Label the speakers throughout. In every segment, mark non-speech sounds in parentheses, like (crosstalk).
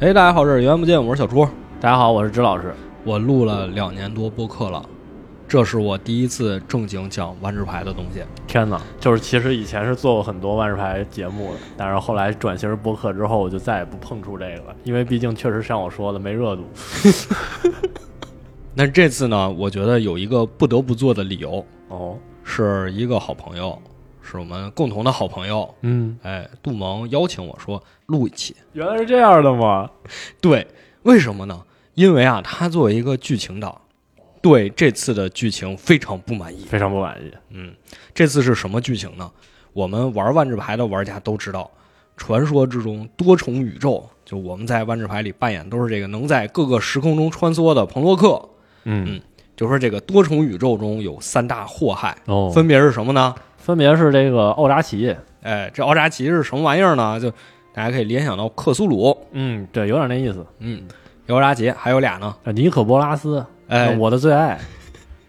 Speaker 1: 哎，大家好，这是源不见，我是小朱。
Speaker 2: 大家好，我是支老师。
Speaker 1: 我录了两年多播客了，这是我第一次正经讲万智牌的东西。
Speaker 2: 天哪，就是其实以前是做过很多万智牌节目的，但是后来转型播客之后，我就再也不碰触这个了，因为毕竟确实像我说的没热度。
Speaker 1: 那这次呢，我觉得有一个不得不做的理由，
Speaker 2: 哦，
Speaker 1: 是一个好朋友，是我们共同的好朋友。
Speaker 2: 嗯，
Speaker 1: 哎，杜蒙邀请我说录一期，
Speaker 2: 原来是这样的嘛。
Speaker 1: 对，为什么呢？因为啊，他作为一个剧情党，对这次的剧情非常不满意。
Speaker 2: 非常不满意。
Speaker 1: 嗯，这次是什么剧情呢？我们玩万智牌的玩家都知道，传说之中多重宇宙，就我们在万智牌里扮演都是这个能在各个时空中穿梭的彭洛克。
Speaker 2: 嗯，
Speaker 1: 就说这个多重宇宙中有三大祸害，
Speaker 2: 哦，分
Speaker 1: 分别是什么呢？
Speaker 2: 分别是这个奥扎奇。
Speaker 1: 哎，这奥扎奇是什么玩意儿呢？就大家可以联想到克苏鲁，
Speaker 2: 嗯，对，有点那意思。
Speaker 1: 嗯，有奥扎奇，还有俩呢。
Speaker 2: 啊尼可波拉斯，
Speaker 1: 哎，
Speaker 2: 我的最爱。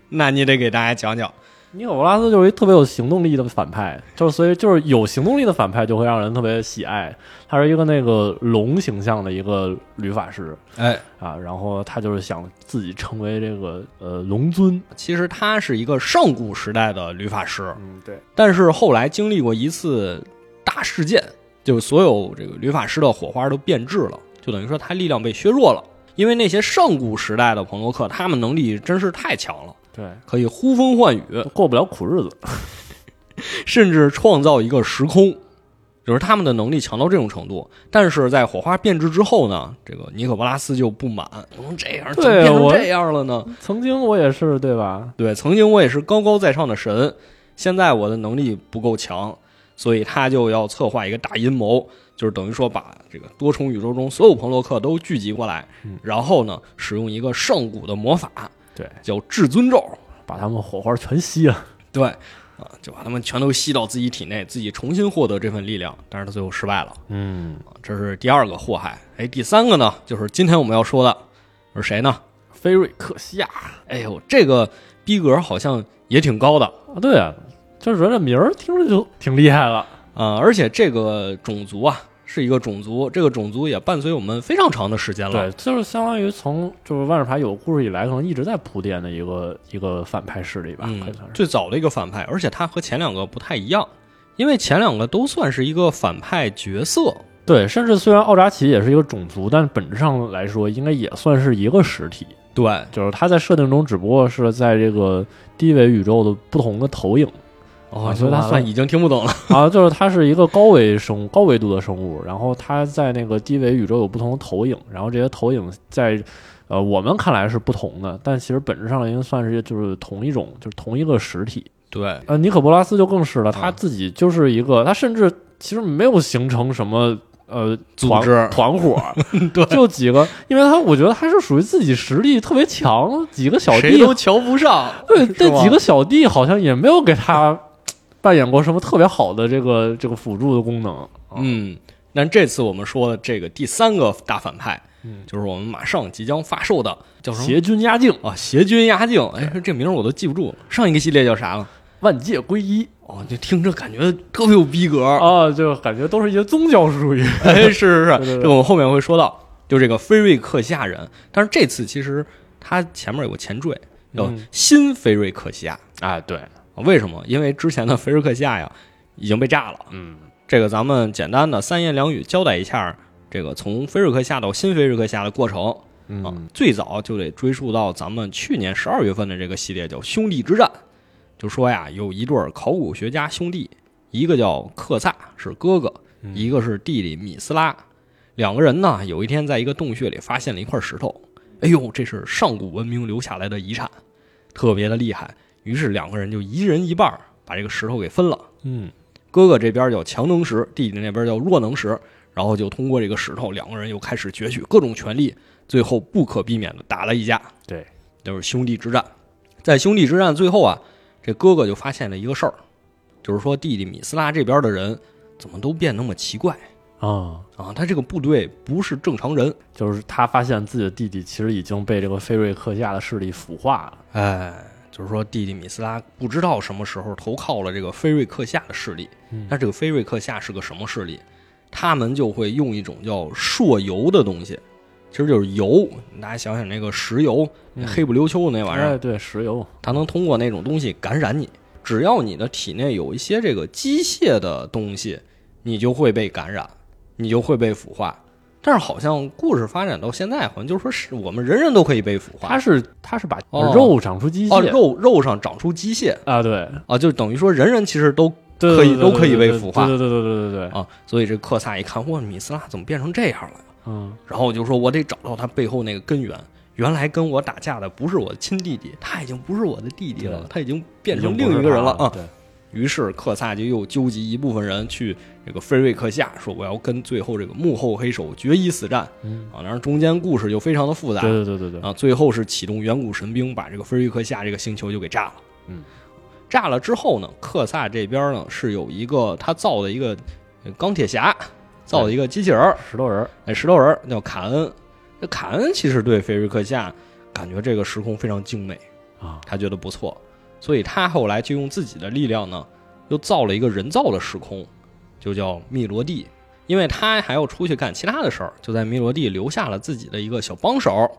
Speaker 1: 那你得给大家讲讲。
Speaker 2: 尼可波拉斯就是一特别有行动力的反派，就是所以就是有行动力的反派就会让人特别喜爱。他是一个那个龙形象的一个女法师，
Speaker 1: 哎，
Speaker 2: 啊，然后他就是想自己成为这个呃龙尊。
Speaker 1: 其实他是一个上古时代的旅法师，
Speaker 2: 嗯，对，
Speaker 1: 但是后来经历过一次大事件，就所有这个旅法师的火花都变质了，就等于说他力量被削弱了。因为那些上古时代的朋洛克，他们能力真是太强了，
Speaker 2: 对，
Speaker 1: 可以呼风唤雨，
Speaker 2: 过不了苦日子。
Speaker 1: 甚至创造一个时空，就是他们的能力强到这种程度。但是在火花变质之后呢，这个尼可波拉斯就不满，怎么这样，怎么
Speaker 2: 对
Speaker 1: 变成
Speaker 2: 我
Speaker 1: 这样了呢？
Speaker 2: 曾经我也是，对吧？
Speaker 1: 对，曾经我也是高高在上的神，现在我的能力不够强，所以他就要策划一个大阴谋，就是等于说把这个多重宇宙中所有彭洛克都聚集过来
Speaker 2: 嗯，
Speaker 1: 然后呢，使用一个上古的魔法，
Speaker 2: 对，
Speaker 1: 叫至尊咒，
Speaker 2: 把他们火花全吸了。
Speaker 1: 对，啊，就把他们全都吸到自己体内，自己重新获得这份力量，但是他最后失败了，
Speaker 2: 嗯，
Speaker 1: 啊这是第二个祸害。哎，第三个呢，就是今天我们要说的是谁呢？
Speaker 2: 菲瑞克西亚
Speaker 1: 哎呦，这个逼格好像也挺高的。
Speaker 2: 啊，对啊，就是觉得这名儿听着就挺厉害了。
Speaker 1: 啊，而且这个种族啊是一个种族，这个种族也伴随我们非常长的时间了。
Speaker 2: 对，就是相当于从就是万智牌有故事以来，可能一直在铺垫的一个一个反派势力吧，可以
Speaker 1: 嗯
Speaker 2: 算，是。
Speaker 1: 最早的一个反派，而且他和前两个不太一样，因为前两个都算是一个反派角色。
Speaker 2: 对，甚至虽然奥扎奇也是一个种族，但本质上来说，应该也算是一个实体。
Speaker 1: 对，
Speaker 2: 就是它在设定中只不过是在这个低维宇宙的不同的
Speaker 1: (laughs)
Speaker 2: 投影
Speaker 1: 哦，
Speaker 2: 啊所以他
Speaker 1: 完了
Speaker 2: 算
Speaker 1: 已经听不 (laughs) 懂了。
Speaker 2: 啊，就是它是一个高维生物、高维度的生物，然后它在那个低维宇宙有不同的投影，然后这些投影在呃我们看来是不同的，但其实本质上应该算是就是同一种，就是同一个实体。
Speaker 1: 对，
Speaker 2: 呃，尼可波拉斯就更是了，他
Speaker 1: 嗯
Speaker 2: 自己就是一个，他甚至其实没有形成什么呃
Speaker 1: 组
Speaker 2: 团
Speaker 1: 织
Speaker 2: 团
Speaker 1: (laughs)
Speaker 2: 伙儿，就几个，因为他我觉得他是属于自己实力特别强，几个小
Speaker 1: 谁
Speaker 2: 弟
Speaker 1: 都瞧不 (laughs) 上。
Speaker 2: 对，
Speaker 1: 是
Speaker 2: 这
Speaker 1: 吗
Speaker 2: 几个小弟好像也没有给他扮演过什么特别好的这个这个辅助的功能。
Speaker 1: 嗯，但这次我们说的这个第三个大反派，
Speaker 2: 嗯
Speaker 1: 就是我们马上即将发售的叫什么？
Speaker 2: 邪君压境，
Speaker 1: 啊，邪君压境。哎，这名儿我都记不住了。上一个系列叫啥了？
Speaker 2: 万界归一
Speaker 1: 哦，就听着感觉特别有逼格
Speaker 2: 啊，就感觉都是一些宗教术语。 (laughs)
Speaker 1: 哎，是是是，
Speaker 2: 对对对
Speaker 1: 这我们后面会说到，就这个菲瑞克西亚人，但是这次其实他前面有个前缀叫
Speaker 2: 嗯
Speaker 1: 新菲瑞克西亚，
Speaker 2: 哎，对，
Speaker 1: 为什么？因为之前的菲瑞克西亚呀已经被炸了。
Speaker 2: 嗯，
Speaker 1: 这个咱们简单的三言两语交代一下，这个从菲瑞克西亚到新菲瑞克西亚的过程啊
Speaker 2: 嗯，，
Speaker 1: 最早就得追溯到咱们去年十二月份的这个系列叫《兄弟之战》，就说呀有一对儿考古学家兄弟，一个叫克萨是哥哥，
Speaker 2: 嗯
Speaker 1: 一个是弟弟米斯拉。两个人呢，有一天在一个洞穴里发现了一块石头，哎呦，这是上古文明留下来的遗产，特别的厉害。于是两个人就一人一半儿把这个石头给分了。
Speaker 2: 嗯，
Speaker 1: 哥哥这边叫强能石，弟弟那边叫弱能石，然后就通过这个石头，两个人又开始攫取各种权力，最后不可避免的打了一架，
Speaker 2: 对，
Speaker 1: 就是兄弟之战。在兄弟之战最后啊，这哥哥就发现了一个事儿，就是说弟弟米斯拉这边的人怎么都变那么奇怪
Speaker 2: 啊，
Speaker 1: 啊？他这个部队不是正常人，
Speaker 2: 就是他发现自己的弟弟其实已经被这个菲瑞克夏的势力腐化了。
Speaker 1: 哎，就是说弟弟米斯拉不知道什么时候投靠了这个菲瑞克夏的势力。
Speaker 2: 嗯
Speaker 1: 但这个菲瑞克夏是个什么势力？他们就会用一种叫朔油的东西，其实就是油。大家想想那个石油，
Speaker 2: 嗯
Speaker 1: 黑不溜秋的那玩意儿，
Speaker 2: 哎，对，石油，
Speaker 1: 它能通过那种东西感染你。只要你的体内有一些这个机械的东西，你就会被感染，你就会被腐化。但是好像故事发展到现在，好像就是说是我们人人都可以被腐化
Speaker 2: 它。是它是把
Speaker 1: 哦
Speaker 2: 肉长出机
Speaker 1: 哦，
Speaker 2: 械
Speaker 1: 肉肉上长出机械
Speaker 2: 啊，对，
Speaker 1: 啊，就等于说人人其实都
Speaker 2: 对
Speaker 1: 可以
Speaker 2: 对对
Speaker 1: 都可以
Speaker 2: 对
Speaker 1: 被
Speaker 2: 对
Speaker 1: 腐化
Speaker 2: 对对对对对对对，
Speaker 1: 啊，所以这克萨一看，哇，米斯拉怎么变成这样了？
Speaker 2: 嗯，
Speaker 1: 然后我就说我得找到他背后那个根源。原来跟我打架的不是我亲弟弟，他已经不是我的弟弟了
Speaker 2: 对，
Speaker 1: 他已经变
Speaker 2: 已
Speaker 1: 成
Speaker 2: 经不
Speaker 1: 另
Speaker 2: 是
Speaker 1: 一个
Speaker 2: 它
Speaker 1: 人了啊！
Speaker 2: 对，
Speaker 1: 于是克萨就又纠集一部分人去这个菲瑞克下，说我要跟最后这个幕后黑手决一死战
Speaker 2: 嗯，
Speaker 1: 啊！当然中间故事就非常的复杂，
Speaker 2: 对对对对对，
Speaker 1: 啊，最后是启动远古神兵，把这个菲瑞克夏这个星球就给炸了。
Speaker 2: 嗯，
Speaker 1: 炸了之后呢，克萨这边呢是有一个他造的一个呃钢铁侠，造的一个机器人儿，
Speaker 2: 石头人儿，
Speaker 1: 哎，石头人儿叫卡恩。这卡恩其实对菲瑞克夏感觉这个时空非常精美
Speaker 2: 啊，
Speaker 1: 他觉得不错，所以他后来就用自己的力量呢，又造了一个人造的时空，就叫密罗蒂。因为他还要出去干其他的事儿，就在密罗蒂留下了自己的一个小帮手，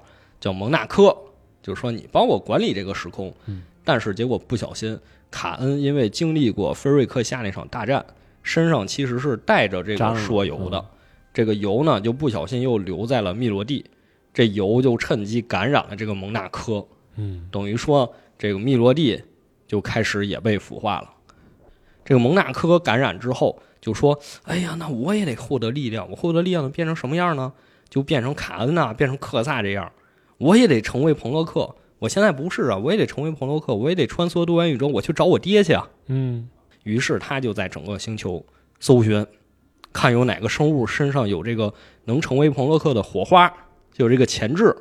Speaker 1: 叫蒙纳科，就是说你帮我管理这个时空。
Speaker 2: 嗯
Speaker 1: 但是结果不小心，卡恩因为经历过菲瑞克夏那场大战，身上其实是带着这
Speaker 2: 沾
Speaker 1: 个
Speaker 2: 了
Speaker 1: 说油的，
Speaker 2: 嗯
Speaker 1: 这个油呢就不小心又留在了密罗蒂，这油就趁机感染了这个蒙纳科，
Speaker 2: 嗯，
Speaker 1: 等于说这个密罗蒂就开始也被腐化了。这个蒙纳科感染之后，就说：“哎呀，那我也得获得力量，我获得力量变成什么样呢？就变成卡恩呐，变成克萨这样，我也得成为彭洛克。我现在不是啊，我也得成为彭洛克，我也得穿梭多元宇宙，我去找我爹去啊。”
Speaker 2: 嗯，
Speaker 1: 于是他就在整个星球搜寻，看有哪个生物身上有这个能成为彭洛克的火花，就有这个潜质，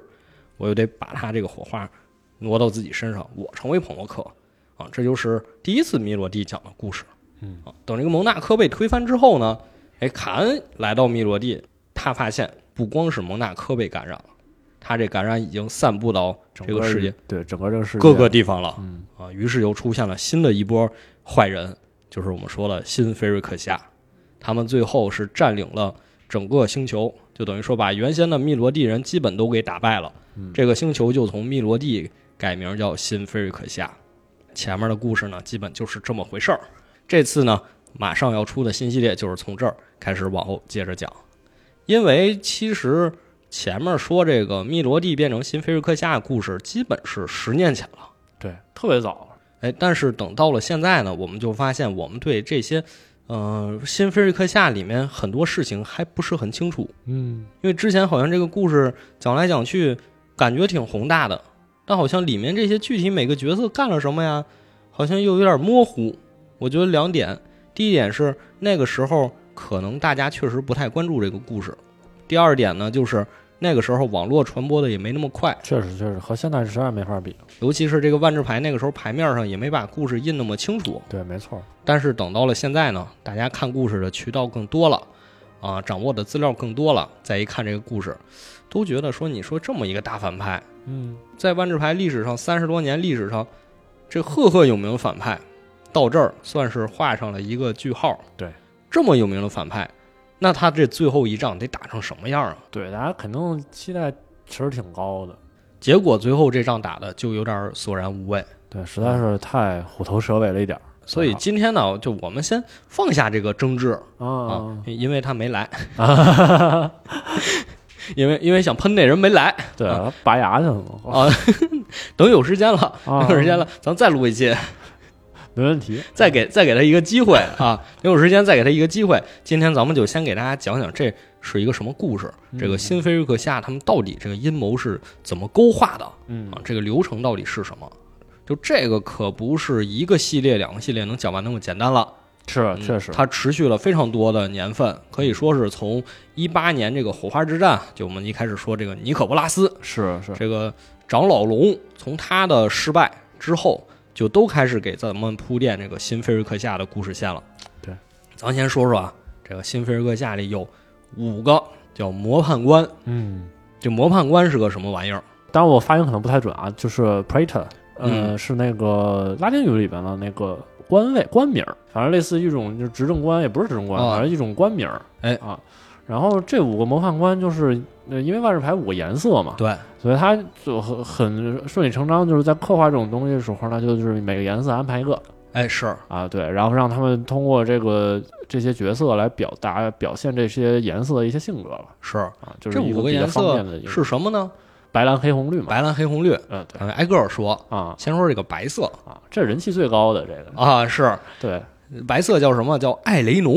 Speaker 1: 我就得把他这个火花挪到自己身上，我成为彭洛克啊！这就是第一次米罗蒂讲的故事。
Speaker 2: 嗯
Speaker 1: 啊，等这个蒙纳科被推翻之后呢，哎，卡恩来到米罗蒂，他发现不光是蒙纳科被感染了，他这感染已经散布到
Speaker 2: 整
Speaker 1: 这个世界
Speaker 2: 宇对整个这个世界
Speaker 1: 各个地方了。
Speaker 2: 嗯
Speaker 1: 啊，于是又出现了新的一波坏人，就是我们说的新菲瑞克夏。他们最后是占领了整个星球，就等于说把原先的密罗蒂人基本都给打败了。
Speaker 2: 嗯
Speaker 1: 这个星球就从密罗蒂改名叫新菲瑞克夏。前面的故事呢，基本就是这么回事儿。这次呢，马上要出的新系列就是从这儿开始往后接着讲，因为其实前面说这个密罗蒂变成新菲瑞克夏的故事，基本是十年前了。
Speaker 2: 对特别早，
Speaker 1: 哎，但是等到了现在呢，我们就发现我们对这些，呃，新菲瑞克夏里面很多事情还不是很清楚，
Speaker 2: 嗯，
Speaker 1: 因为之前好像这个故事讲来讲去，感觉挺宏大的，但好像里面这些具体每个角色干了什么呀，好像又有点模糊。我觉得两点，第一点是那个时候可能大家确实不太关注这个故事，第二点呢就是那个时候网络传播的也没那么快。
Speaker 2: 确实确实和现在实在没法比，
Speaker 1: 尤其是这个万智牌，那个时候牌面上也没把故事印那么清楚。
Speaker 2: 对，没错，
Speaker 1: 但是等到了现在呢，大家看故事的渠道更多了，啊，掌握的资料更多了，再一看这个故事，都觉得说，你说这么一个大反派，
Speaker 2: 嗯，
Speaker 1: 在万智牌历史上三十多年历史上，这赫赫有名的反派，到这儿算是画上了一个句号。
Speaker 2: 对，
Speaker 1: 这么有名的反派，那他这最后一仗得打成什么样啊？
Speaker 2: 对，大家肯定期待其实挺高的，
Speaker 1: 结果最后这仗打的就有点索然无味。
Speaker 2: 对，实在是太虎头蛇尾了一点儿
Speaker 1: 所以
Speaker 2: 啊
Speaker 1: 今天呢，就我们先放下这个争执，啊
Speaker 2: 啊，，
Speaker 1: 因为他没来，因为因为想喷那人没来
Speaker 2: (laughs) 对，拔牙去了 (laughs) 嘛
Speaker 1: 啊，等有时间了，
Speaker 2: 啊
Speaker 1: 等有时间了，咱再录一期，
Speaker 2: 没问题，
Speaker 1: 再给再给他一个机
Speaker 2: (laughs)
Speaker 1: 会啊，等有时间再给他一个机会。今天咱们就先给大家讲讲这是一个什么故事，
Speaker 2: 嗯
Speaker 1: 这个新菲瑞克夏他们到底这个阴谋是怎么勾画的
Speaker 2: 嗯
Speaker 1: 啊，这个流程到底是什么？就这个可不是一个系列、两个系列能讲完那么简单了。
Speaker 2: 是
Speaker 1: 嗯
Speaker 2: 确实，
Speaker 1: 它持续了非常多的年份，可以说是从一八年这个火花之战，就我们一开始说这个尼可波拉斯
Speaker 2: 是是，
Speaker 1: 这个长老龙，从他的失败之后，就都开始给咱们铺垫这个新菲瑞克夏的故事线了。
Speaker 2: 对，
Speaker 1: 咱先说说啊，这个新菲瑞克夏里有五个叫魔判官，
Speaker 2: 嗯，
Speaker 1: 这魔判官是个什么玩意儿？
Speaker 2: 当然我发音可能不太准啊，就是 preta，呃，
Speaker 1: 嗯
Speaker 2: 是那个拉丁语里边的那个官位官名儿，反正类似一种就是执政官，也不是执政官，
Speaker 1: 啊
Speaker 2: 反正一种官名儿。
Speaker 1: 哎
Speaker 2: 啊，然后这五个模范官就是呃，因为万智牌五个颜色嘛，
Speaker 1: 对，
Speaker 2: 所以它就很很顺理成章，就是在刻画这种东西的时候呢，就是每个颜色安排一个
Speaker 1: 哎是，
Speaker 2: 啊，对，然后让他们通过这个这些角色来表达表现这些颜色的一些性格吧。
Speaker 1: 是
Speaker 2: 啊，就是
Speaker 1: 这
Speaker 2: 一
Speaker 1: 五
Speaker 2: 比较
Speaker 1: 颜
Speaker 2: 方便的
Speaker 1: 色
Speaker 2: 一个
Speaker 1: 是什么呢？
Speaker 2: 白蓝黑红绿嘛，
Speaker 1: 白蓝黑红绿，
Speaker 2: 嗯对
Speaker 1: 咱们挨个儿说。
Speaker 2: 啊
Speaker 1: 先说这个白色
Speaker 2: 啊，这人气最高的这个
Speaker 1: 啊，是
Speaker 2: 对。
Speaker 1: 白色叫什么？叫艾雷农。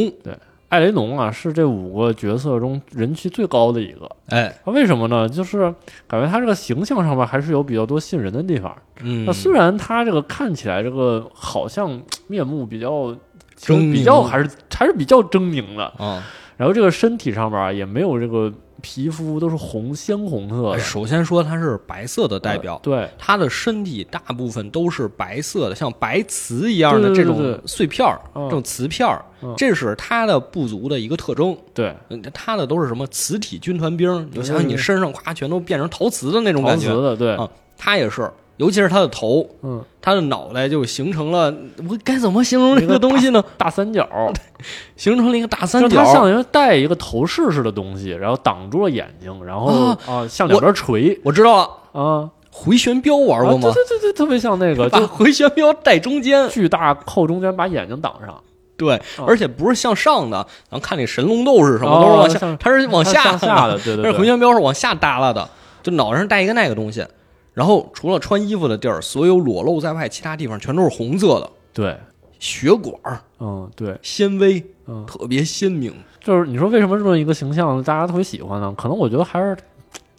Speaker 2: 艾雷农啊，是这五个角色中人气最高的一个。
Speaker 1: 哎，
Speaker 2: 啊为什么呢？就是感觉他这个形象上面还是有比较多吸引人的地方。
Speaker 1: 嗯
Speaker 2: 那，虽然他这个看起来这个好像面目比较
Speaker 1: 狰狞
Speaker 2: 比较还是还是比较狰狞的，
Speaker 1: 啊，
Speaker 2: 然后这个身体上面啊也没有这个皮肤都是红鲜红色的
Speaker 1: 首先说它是白色的代表
Speaker 2: 呃，对
Speaker 1: 它的身体大部分都是白色的，像白瓷一样的
Speaker 2: 对
Speaker 1: 这
Speaker 2: 对对
Speaker 1: 种碎片儿，
Speaker 2: 嗯
Speaker 1: 这种瓷片儿
Speaker 2: 嗯，
Speaker 1: 这是它的部族的一个特征。
Speaker 2: 对，
Speaker 1: 嗯它的都是什么磁体军团兵？你
Speaker 2: 对
Speaker 1: 想想，
Speaker 2: 对
Speaker 1: 你
Speaker 2: 对
Speaker 1: 身上咵全都变成陶瓷的那种
Speaker 2: 陶
Speaker 1: 感
Speaker 2: 瓷
Speaker 1: 觉。
Speaker 2: 的对
Speaker 1: 啊，它也是，尤其是它的头，
Speaker 2: 嗯，
Speaker 1: 它的脑袋就形成了，我该怎么形容这
Speaker 2: 一个
Speaker 1: 个东西呢？
Speaker 2: (laughs) 大三角，
Speaker 1: 嗯形成了一个大
Speaker 2: 就
Speaker 1: 三
Speaker 2: 是它
Speaker 1: 角。
Speaker 2: 像一个戴一个头饰似的东西，然后挡住了眼睛，然后
Speaker 1: 啊
Speaker 2: 啊向两边垂
Speaker 1: 我知道了，
Speaker 2: 啊，
Speaker 1: 回旋镖玩过
Speaker 2: 啊
Speaker 1: 吗？
Speaker 2: 对对对对，特别
Speaker 1: (laughs)
Speaker 2: 像那个
Speaker 1: 把
Speaker 2: 就
Speaker 1: 回旋镖带中间，
Speaker 2: 巨大扣中间把眼睛挡上，
Speaker 1: 对，而且不是向上的，咱看那神龙斗士什么
Speaker 2: 哦
Speaker 1: 都是往下，
Speaker 2: 向
Speaker 1: 它是往
Speaker 2: 它
Speaker 1: 下
Speaker 2: 向下的，对对
Speaker 1: 但是
Speaker 2: 对
Speaker 1: 回。旋镖是往下耷拉的，就脑上戴一个那个东西。然后除了穿衣服的地儿，所有裸露在外其他地方全都是红色的，
Speaker 2: 对，
Speaker 1: 血管儿
Speaker 2: 嗯，对，
Speaker 1: 纤维
Speaker 2: 嗯，
Speaker 1: 特别鲜明，
Speaker 2: 就是你说为什么这么一个形象大家特别喜欢呢？可能我觉得还是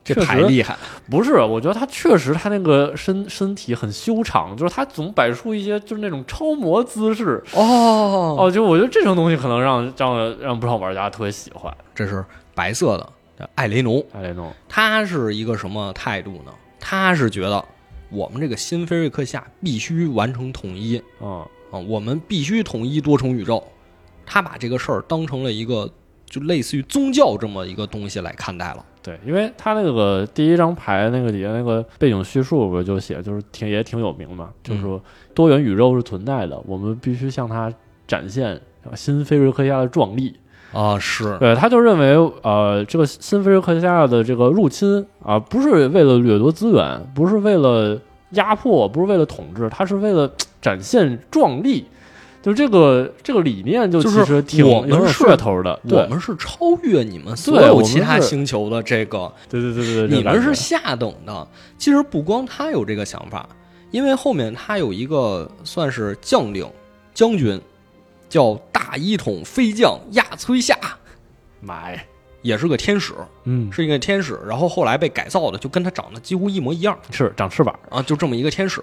Speaker 1: 这
Speaker 2: 确实
Speaker 1: 牌厉害。
Speaker 2: 不是，我觉得他确实他那个身身体很修长，就是他总摆出一些就是那种超模姿势。
Speaker 1: 哦，
Speaker 2: 哦，就我觉得这种东西可能让让让不少玩家特别喜欢。
Speaker 1: 这是白色的这艾雷农，
Speaker 2: 艾雷诺，
Speaker 1: 他是一个什么态度呢？他是觉得我们这个新菲瑞克下必须完成统一，
Speaker 2: 嗯，
Speaker 1: 啊，我们必须统一多重宇宙。他把这个事儿当成了一个就类似于宗教这么一个东西来看待了。
Speaker 2: 对，因为他那个第一张牌那个底下那个背景叙述不是就写，就是挺也挺有名嘛，
Speaker 1: 嗯
Speaker 2: 就是说多元宇宙是存在的，我们必须向它展现新菲瑞克亚的壮丽。
Speaker 1: 啊，是，
Speaker 2: 对，他就认为，呃，这个新菲瑞克夏的这个入侵啊、不是为了掠夺资源，不是为了压迫，不是为了统治，他是为了展现壮丽。就这个这个理念，就
Speaker 1: 就
Speaker 2: 其
Speaker 1: 是
Speaker 2: 实挺
Speaker 1: 我
Speaker 2: 有
Speaker 1: 们
Speaker 2: 点
Speaker 1: 是
Speaker 2: 噱头的。
Speaker 1: 我
Speaker 2: 对，
Speaker 1: 们是超越你们所
Speaker 2: 对
Speaker 1: 有
Speaker 2: 我们
Speaker 1: 其他
Speaker 2: 是
Speaker 1: 星球的这个，
Speaker 2: 对对对对对，
Speaker 1: 你
Speaker 2: 这个
Speaker 1: 们是
Speaker 2: 感觉
Speaker 1: 下等的。其实不光他有这个想法，因为后面他有一个算是将领将军，叫大一统飞将亚崔夏，
Speaker 2: 买，
Speaker 1: 也是个天使，
Speaker 2: 嗯，
Speaker 1: 是一个天使，然后后来被改造的，就跟他长得几乎一模一样。
Speaker 2: 是长翅膀，
Speaker 1: 啊，就这么一个天使。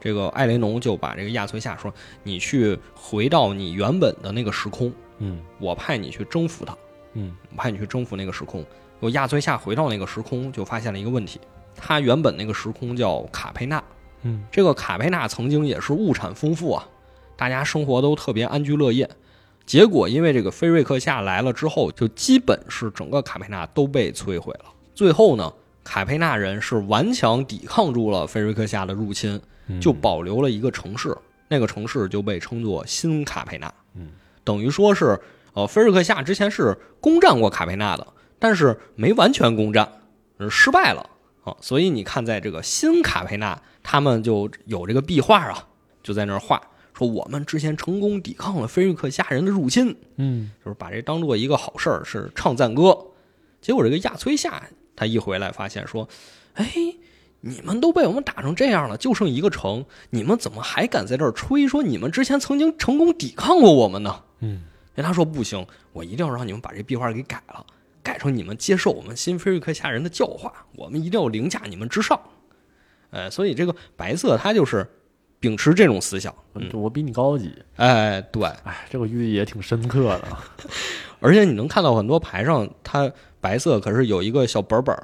Speaker 1: 这个艾雷农就把这个亚崔夏说：“你去回到你原本的那个时空，
Speaker 2: 嗯
Speaker 1: 我派你去征服它，
Speaker 2: 嗯
Speaker 1: 我派你去征服那个时空。”我亚崔夏回到那个时空，就发现了一个问题：他原本那个时空叫卡佩纳，
Speaker 2: 嗯
Speaker 1: 这个卡佩纳曾经也是物产丰富啊，大家生活都特别安居乐业。结果因为这个菲瑞克夏来了之后，就基本是整个卡佩纳都被摧毁了。最后呢，卡佩纳人是顽强抵抗住了菲瑞克夏的入侵，
Speaker 2: 嗯
Speaker 1: 就保留了一个城市，那个城市就被称作新卡佩纳。
Speaker 2: 嗯，
Speaker 1: 等于说是呃，菲瑞克夏之前是攻占过卡佩纳的，但是没完全攻占，呃失败了啊。所以你看，在这个新卡佩纳，他们就有这个壁画啊，就在那儿画。说我们之前成功抵抗了菲瑞克夏人的入侵，
Speaker 2: 嗯
Speaker 1: 就是把这当做一个好事儿，是唱赞歌。结果这个亚崔夏他一回来发现说，哎，你们都被我们打成这样了，就剩一个城，你们怎么还敢在这儿吹说你们之前曾经成功抵抗过我们呢？
Speaker 2: 嗯，
Speaker 1: 那他说不行，我一定要让你们把这壁画给改了，改成你们接受我们新菲瑞克夏人的教化，我们一定要凌驾你们之上。呃，所以这个白色他就是秉持这种思想，嗯，
Speaker 2: 就我比你高级，
Speaker 1: 哎，对，
Speaker 2: 哎，这个寓意也挺深刻的。
Speaker 1: 而且你能看到很多牌上，它白色可是有一个小本本儿，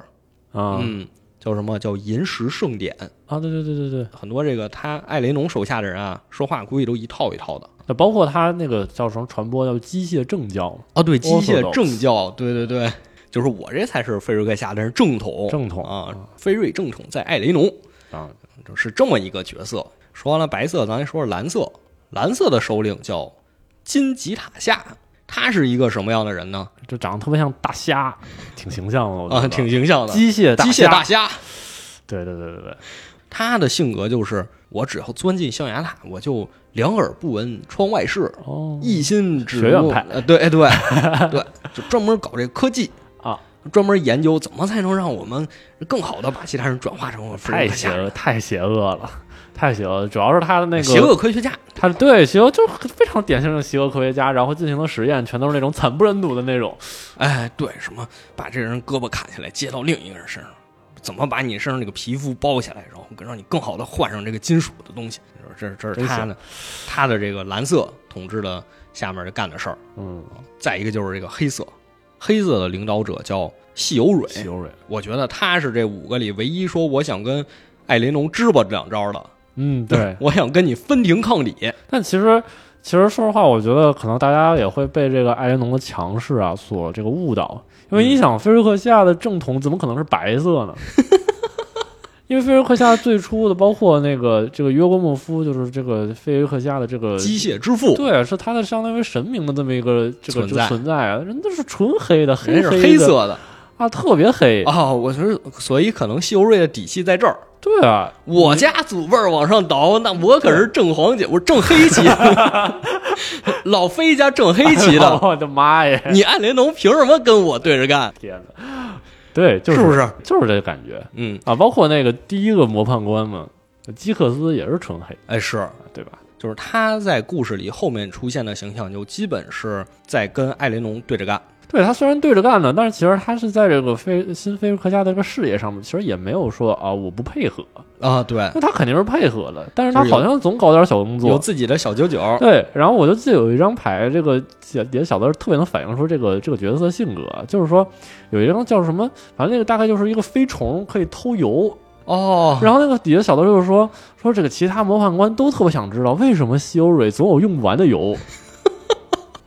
Speaker 2: 啊、
Speaker 1: 嗯，叫什么叫银石盛典，
Speaker 2: 啊，对对对对对，
Speaker 1: 很多这个他艾雷农手下的人啊，说话估计都一套一套的。
Speaker 2: 那包括他那个叫什么传播叫机械政教嘛，
Speaker 1: 哦，对，机械
Speaker 2: Orthodox
Speaker 1: 政教，对对对，就是我这才是菲瑞克下的人正统，
Speaker 2: 正统
Speaker 1: 啊，菲瑞正统在艾雷农
Speaker 2: 啊，
Speaker 1: 就是这么一个角色。说完了白色，咱来说说蓝色。蓝色的首领叫金吉塔夏，他是一个什么样的人呢？
Speaker 2: 这长得特别像大虾，挺形象的，我觉得
Speaker 1: 啊，挺形象的，机
Speaker 2: 机械
Speaker 1: 械大
Speaker 2: 虾。
Speaker 1: 虾。
Speaker 2: 对对对对对，
Speaker 1: 他的性格就是，我只要钻进象牙塔，我就两耳不闻窗外事，
Speaker 2: 哦
Speaker 1: 一心只
Speaker 2: 学院
Speaker 1: 用
Speaker 2: 派
Speaker 1: 呃，对，哎，对， (laughs) 对，就专门搞这科技
Speaker 2: 啊，
Speaker 1: 专门研究怎么才能让我们更好的把其他人转化成我们
Speaker 2: 太邪恶，太邪恶了，太邪恶了。主要是他的那个
Speaker 1: 邪恶科学家，
Speaker 2: 他对邪恶就是非常典型的邪恶科学家，然后进行的实验全都是那种惨不忍睹的那种。
Speaker 1: 哎，对，什么把这人胳膊砍下来接到另一个人身上，怎么把你身上这个皮肤剥下来，然后让你更好的换上这个金属的东西，这是这是
Speaker 2: 真
Speaker 1: 他
Speaker 2: 行
Speaker 1: 的他的这个蓝色统治的下面干的事儿。
Speaker 2: 嗯，
Speaker 1: 再一个就是这个黑色，黑色的领导者叫细有蕊，
Speaker 2: 希瑞，
Speaker 1: 我觉得他是这五个里唯一说我想跟艾琳龙支吧两招的，。
Speaker 2: 嗯，对
Speaker 1: 我想跟你分庭抗礼。
Speaker 2: 但其实，其实说实话，我觉得可能大家也会被这个艾莲农的强势啊所这个误导，
Speaker 1: 嗯
Speaker 2: 因为你想，菲瑞克西亚的正统怎么可能是白色呢？ (laughs) 因为菲瑞克西亚最初的，包括那个这个约格莫夫，就是这个菲瑞克西亚的这个
Speaker 1: 机械之父，
Speaker 2: 对，是他的相当于神明的这么一个这
Speaker 1: 存
Speaker 2: 个就
Speaker 1: 在
Speaker 2: 存在啊，人都是纯黑的，黑
Speaker 1: 人是
Speaker 2: 的
Speaker 1: 黑色的
Speaker 2: 啊，特别黑。
Speaker 1: 哦，我觉得所以可能细有蕊的底气在这儿。
Speaker 2: 对啊，
Speaker 1: 我家祖辈儿往上倒，那我可是正黄旗，我是正黑
Speaker 2: (laughs)
Speaker 1: 旗，老飞家正黑旗的。
Speaker 2: (laughs) 我的妈呀！
Speaker 1: 你艾琳龙凭什么跟我对着干？
Speaker 2: 天哪，对，就是
Speaker 1: 不是？
Speaker 2: 就是这个感觉
Speaker 1: 嗯，
Speaker 2: 啊。包括那个第一个模判官嘛，基克斯也是纯黑，
Speaker 1: 哎，是，
Speaker 2: 对吧？
Speaker 1: 就是他在故事里后面出现的形象，就基本是在跟艾琳龙对着干。
Speaker 2: 对他虽然对着干呢，但是其实他是在这个非新菲克家的这个事业上面，其实也没有说啊我不配合，
Speaker 1: 啊，对，
Speaker 2: 那他肯定是配合的，但是他
Speaker 1: 就是有
Speaker 2: 好像总搞点小动
Speaker 1: 有
Speaker 2: 作。
Speaker 1: 自己的小九九。
Speaker 2: 对，然后我就记得有一张牌，这个也也小的特别能反映出这个这个角色的性格，啊就是说有一张叫什么，反正那个大概就是一个飞虫可以偷油，
Speaker 1: 哦，
Speaker 2: 然后那个底下小豆就是说说这个其他模范官都特别想知道为什么西欧蕊总有用不完的油 (laughs)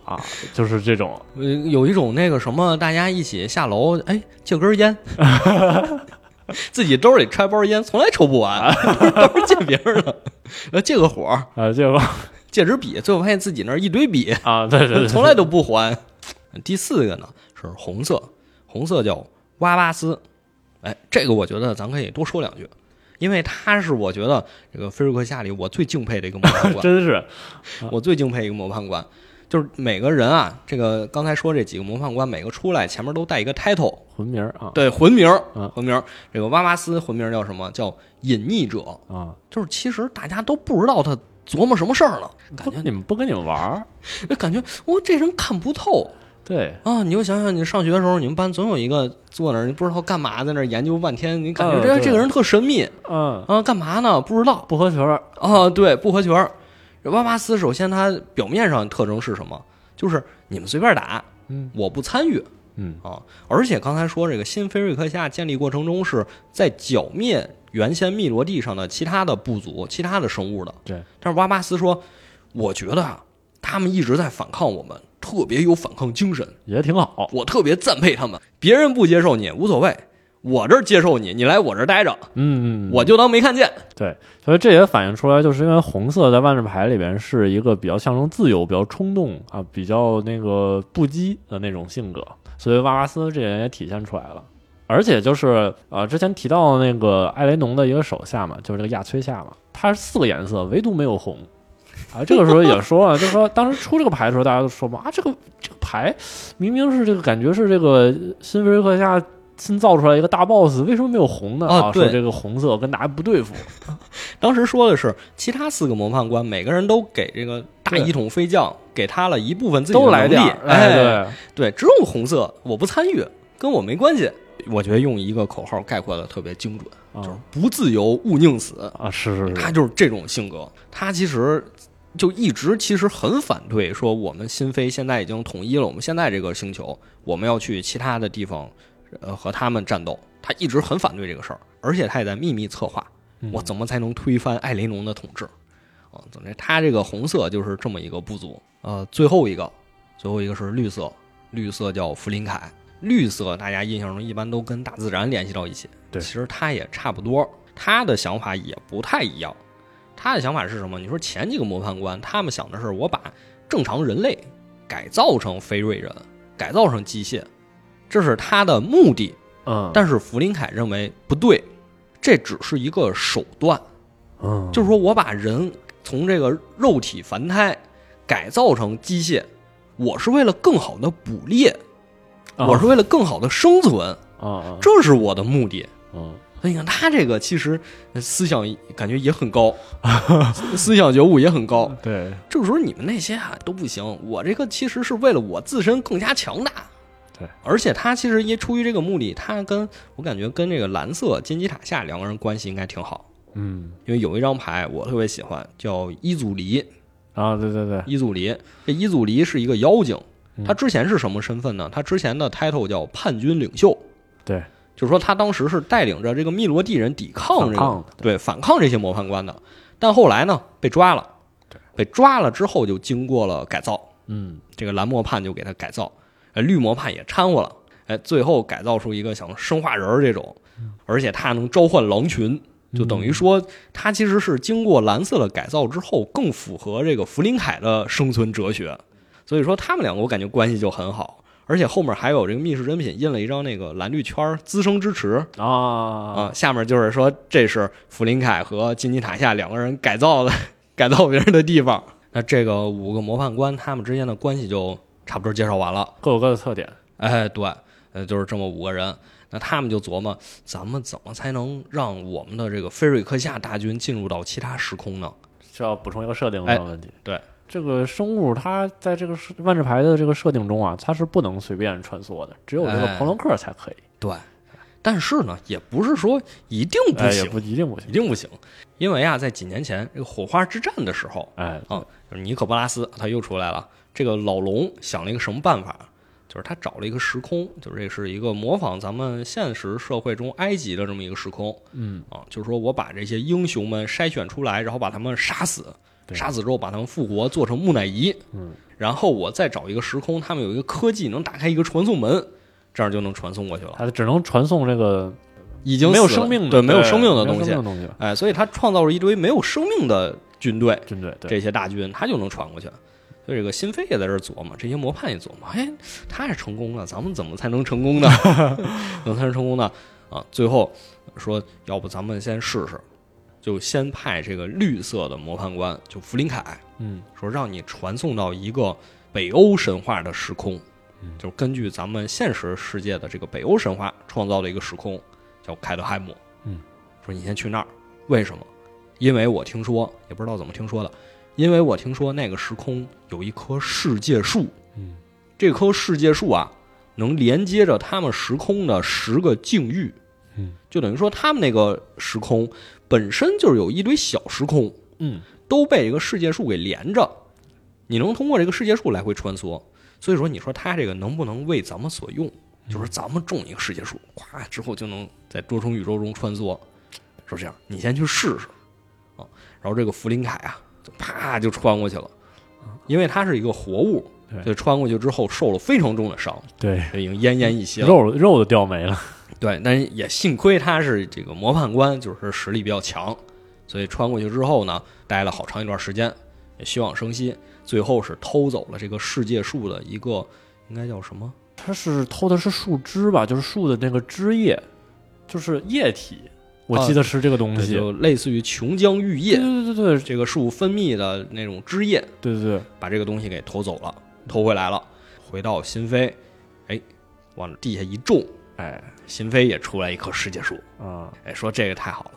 Speaker 2: 啊，就是这种
Speaker 1: 呃有一种那个什么，大家一起下楼，哎，借根烟，自己兜里揣包烟，从来抽不完，都是借别人的， (laughs) 然后借个火儿，
Speaker 2: 啊，结果
Speaker 1: 借支笔，最后发现自己那儿一堆笔，
Speaker 2: 啊，对对对，
Speaker 1: 从来都不还。第四个呢是红色，红色叫哇巴斯，哎，这个我觉得咱可以多说两句，因为他是我觉得这个菲瑞克夏里我最敬佩的一个模范 (laughs) 官，
Speaker 2: 真是
Speaker 1: 我最敬佩一个模范官。就是每个人啊，这个刚才说这几个模范官，每个出来前面都带一个 title，
Speaker 2: 魂名儿啊
Speaker 1: 对，魂名儿
Speaker 2: 嗯，
Speaker 1: 魂名儿。这个哇巴斯魂名儿叫什么？叫隐匿者。
Speaker 2: 啊，
Speaker 1: 就是其实大家都不知道他琢磨什么事儿呢，感
Speaker 2: 不
Speaker 1: 觉
Speaker 2: 你们不跟你们玩儿，
Speaker 1: 就哎感觉我这人看不透
Speaker 2: 对，
Speaker 1: 啊！你就想想，你上学的时候，你们班总有一个坐那儿，你不知道干嘛，在那儿研究半天，你感觉
Speaker 2: 啊
Speaker 1: 这、
Speaker 2: 对
Speaker 1: 这个人特神秘
Speaker 2: 嗯，
Speaker 1: 啊，干嘛呢？不知道
Speaker 2: 不合群儿，
Speaker 1: 啊，对，不合群儿。这哇巴斯首先他表面上特征是什么？就是你们随便打，
Speaker 2: 嗯
Speaker 1: 我不参与
Speaker 2: 嗯，
Speaker 1: 啊。而且刚才说这个新菲瑞克夏建立过程中是在剿灭原先密罗地上的其他的部族、其他的生物的，
Speaker 2: 对，
Speaker 1: 但是哇巴斯说，我觉得啊，他们一直在反抗我们，特别有反抗精神，
Speaker 2: 也挺好，
Speaker 1: 我特别赞佩他们。别人不接受你无所谓，我这儿接受你，你来我这儿待着，
Speaker 2: 嗯，嗯嗯
Speaker 1: 我就当没看见。
Speaker 2: 对，所以这也反映出来，就是因为红色在万智牌里边是一个比较象征自由、比较冲动啊、比较那个不羁的那种性格，所以瓦拉斯这人也体现出来了。而且就是呃，之前提到的那个艾雷农的一个手下嘛，就是这个亚崔夏嘛，他是四个颜色，唯独没有红。啊，这个时候也说了，就是说当时出这个牌的时候，大家都说嘛，啊，这个这个牌明明是这个感觉是这个新菲瑞克夏新造出来一个大 boss，为什么没有红呢？
Speaker 1: 啊
Speaker 2: 啊，说
Speaker 1: 对
Speaker 2: 这个红色跟大家不对付。
Speaker 1: 当时说的是，其他四个模范官每个人都给这个大一统飞将给他了一部分自己的
Speaker 2: 都来
Speaker 1: 能力
Speaker 2: 点，儿，
Speaker 1: 哎，
Speaker 2: 哎，
Speaker 1: 对，只有红色我不参与，跟我没关系。我觉得用一个口号概括的特别精准，
Speaker 2: 对，
Speaker 1: 就是不自由勿宁死。
Speaker 2: 啊，是是
Speaker 1: 他
Speaker 2: 是，
Speaker 1: 就是这种性格，他其实就一直其实很反对说我们新飞现在已经统一了，我们现在这个星球，我们要去其他的地方，呃，和他们战斗。他一直很反对这个事儿，而且他也在秘密策划，我怎么才能推翻艾雷农的统治？啊，总之他这个红色就是这么一个部族。呃，最后一个，最后一个是绿色，绿色叫弗林凯。绿色大家印象中一般都跟大自然联系到一起，
Speaker 2: 对
Speaker 1: 其实他也差不多，他的想法也不太一样。他的想法是什么？你说前几个模判官他们想的是，我把正常人类改造成非瑞人，改造成机械，这是他的目的。
Speaker 2: 嗯，
Speaker 1: 但是福林凯认为不对，这只是一个手段，
Speaker 2: 嗯，
Speaker 1: 就是说我把人从这个肉体凡胎改造成机械，我是为了更好的捕猎，
Speaker 2: 啊
Speaker 1: 我是为了更好的生存，
Speaker 2: 啊啊
Speaker 1: 这是我的目的。
Speaker 2: 嗯
Speaker 1: 所以你看他这个其实呃思想感觉也很高， (laughs) 思想觉悟也很高。
Speaker 2: 对，
Speaker 1: 这个时候你们那些啊都不行，我这个其实是为了我自身更加强大。
Speaker 2: 对，
Speaker 1: 而且他其实也出于这个目的，他跟我感觉跟这个蓝色金字塔下两个人关系应该挺好，
Speaker 2: 嗯
Speaker 1: 因为有一张牌我特别喜欢，叫伊祖离。
Speaker 2: 啊对对对，
Speaker 1: 伊祖离，这伊祖离是一个妖精，
Speaker 2: 嗯
Speaker 1: 他之前是什么身份呢？他之前的 title 叫叛军领袖。
Speaker 2: 对，
Speaker 1: 就是说他当时是带领着这个密罗地人抵抗这
Speaker 2: 反
Speaker 1: 个
Speaker 2: 抗的
Speaker 1: 对反抗这些模判官的，但后来呢被抓了，被抓了之后就经过了改造，
Speaker 2: 嗯
Speaker 1: 这个蓝魔判就给他改造，呃，绿魔判也掺和了，哎，最后改造出一个像生化人儿这种，而且他能召唤狼群，就等于说他其实是经过蓝色的改造之后，更符合这个弗林凯的生存哲学，所以说他们两个我感觉关系就很好。而且后面还有这个密室珍品印了一张那个蓝绿圈儿滋生支持，
Speaker 2: 啊
Speaker 1: 啊，下面就是说这是弗林凯和金鸡塔下两个人改造的改造别人的地方。那这个五个模范官他们之间的关系就差不多介绍完了。
Speaker 2: 各有各的特点，
Speaker 1: 哎，对，呃，就是这么五个人。那他们就琢磨，咱们怎么才能让我们的这个菲瑞克夏大军进入到其他时空呢？
Speaker 2: 需要补充一个设定
Speaker 1: 哎
Speaker 2: 的问题。
Speaker 1: 对，
Speaker 2: 这个生物它在这个设万智牌的这个设定中啊，它是不能随便穿梭的，只有这个
Speaker 1: 哎
Speaker 2: 彭龙克才可以。
Speaker 1: 对，但是呢，也不是说一定不
Speaker 2: 哎，也
Speaker 1: 行，
Speaker 2: 不一定不
Speaker 1: 一
Speaker 2: 行。
Speaker 1: 定不行，因为啊，在几年前这个火花之战的时候，
Speaker 2: 哎，
Speaker 1: 啊，就是尼可波拉斯他又出来了。这个老龙想了一个什么办法？就是他找了一个时空，就是这是一个模仿咱们现实社会中埃及的这么一个时空
Speaker 2: 嗯，
Speaker 1: 啊，就是说我把这些英雄们筛选出来，然后把他们杀死，
Speaker 2: 对
Speaker 1: 杀死之后把他们复活做成木乃伊，
Speaker 2: 嗯，
Speaker 1: 然后我再找一个时空，他们有一个科技能打开一个传送门，这样就能传送过去了。
Speaker 2: 它只能传送这个
Speaker 1: 已经
Speaker 2: 没有
Speaker 1: 死了
Speaker 2: 生命的，
Speaker 1: 对没有生命的
Speaker 2: 没有
Speaker 1: 东西
Speaker 2: 生，命的东西。
Speaker 1: 哎，所以他创造了一堆没有生命的军队，
Speaker 2: 军队对，
Speaker 1: 这些大军，他就能传过去。所以这个新飞也在这儿琢磨，这些魔判也琢磨，哎，他是成功了，咱们怎么才能成
Speaker 2: (laughs)
Speaker 1: 功呢？怎么才能成功呢？啊，最后说，要不咱们先试试，就先派这个绿色的魔判官，就弗林凯，
Speaker 2: 嗯
Speaker 1: 说让你传送到一个北欧神话的时空，
Speaker 2: 嗯
Speaker 1: 就是根据咱们现实世界的这个北欧神话创造的一个时空，叫凯德海姆。
Speaker 2: 嗯，
Speaker 1: 说你先去那儿，为什么？因为我听说，也不知道怎么听说的，因为我听说那个时空有一棵世界树，
Speaker 2: 嗯，
Speaker 1: 这棵世界树啊，能连接着他们时空的十个境域。
Speaker 2: 嗯，
Speaker 1: 就等于说他们那个时空本身就是有一堆小时空，
Speaker 2: 嗯，
Speaker 1: 都被一个世界树给连着，你能通过这个世界树来回穿梭。所以说，你说它这个能不能为咱们所用？
Speaker 2: 嗯
Speaker 1: 就是咱们种一个世界树，咵之后就能在多重宇宙中穿梭，是这样。你先去试试啊。然后这个弗林凯啊，就啪就穿过去了，嗯因为它是一个活物，
Speaker 2: 对
Speaker 1: 就穿过去之后受了非常重的伤，
Speaker 2: 对，
Speaker 1: 已经奄奄一息了。
Speaker 2: 肉肉都掉没了。
Speaker 1: 对，但也幸亏他是这个模判官，就是实力比较强，所以穿过去之后呢，待了好长一段时间，也休养生息，最后是偷走了这个世界树的一个应该叫什么？
Speaker 2: 它是偷的是树枝吧？就是树的那个枝叶，就是液体。我记得是这个东
Speaker 1: 对
Speaker 2: 西。
Speaker 1: 就类似于琼浆玉
Speaker 2: 对
Speaker 1: 液，
Speaker 2: 对对对
Speaker 1: 这个树分泌的那种汁液，
Speaker 2: 对对对，
Speaker 1: 把这个东西给偷走了，偷回来了，回到新飞，哎，往地下一种，
Speaker 2: 哎
Speaker 1: 新飞也出来一棵世界树，
Speaker 2: 啊，
Speaker 1: 哎，说这个太好了，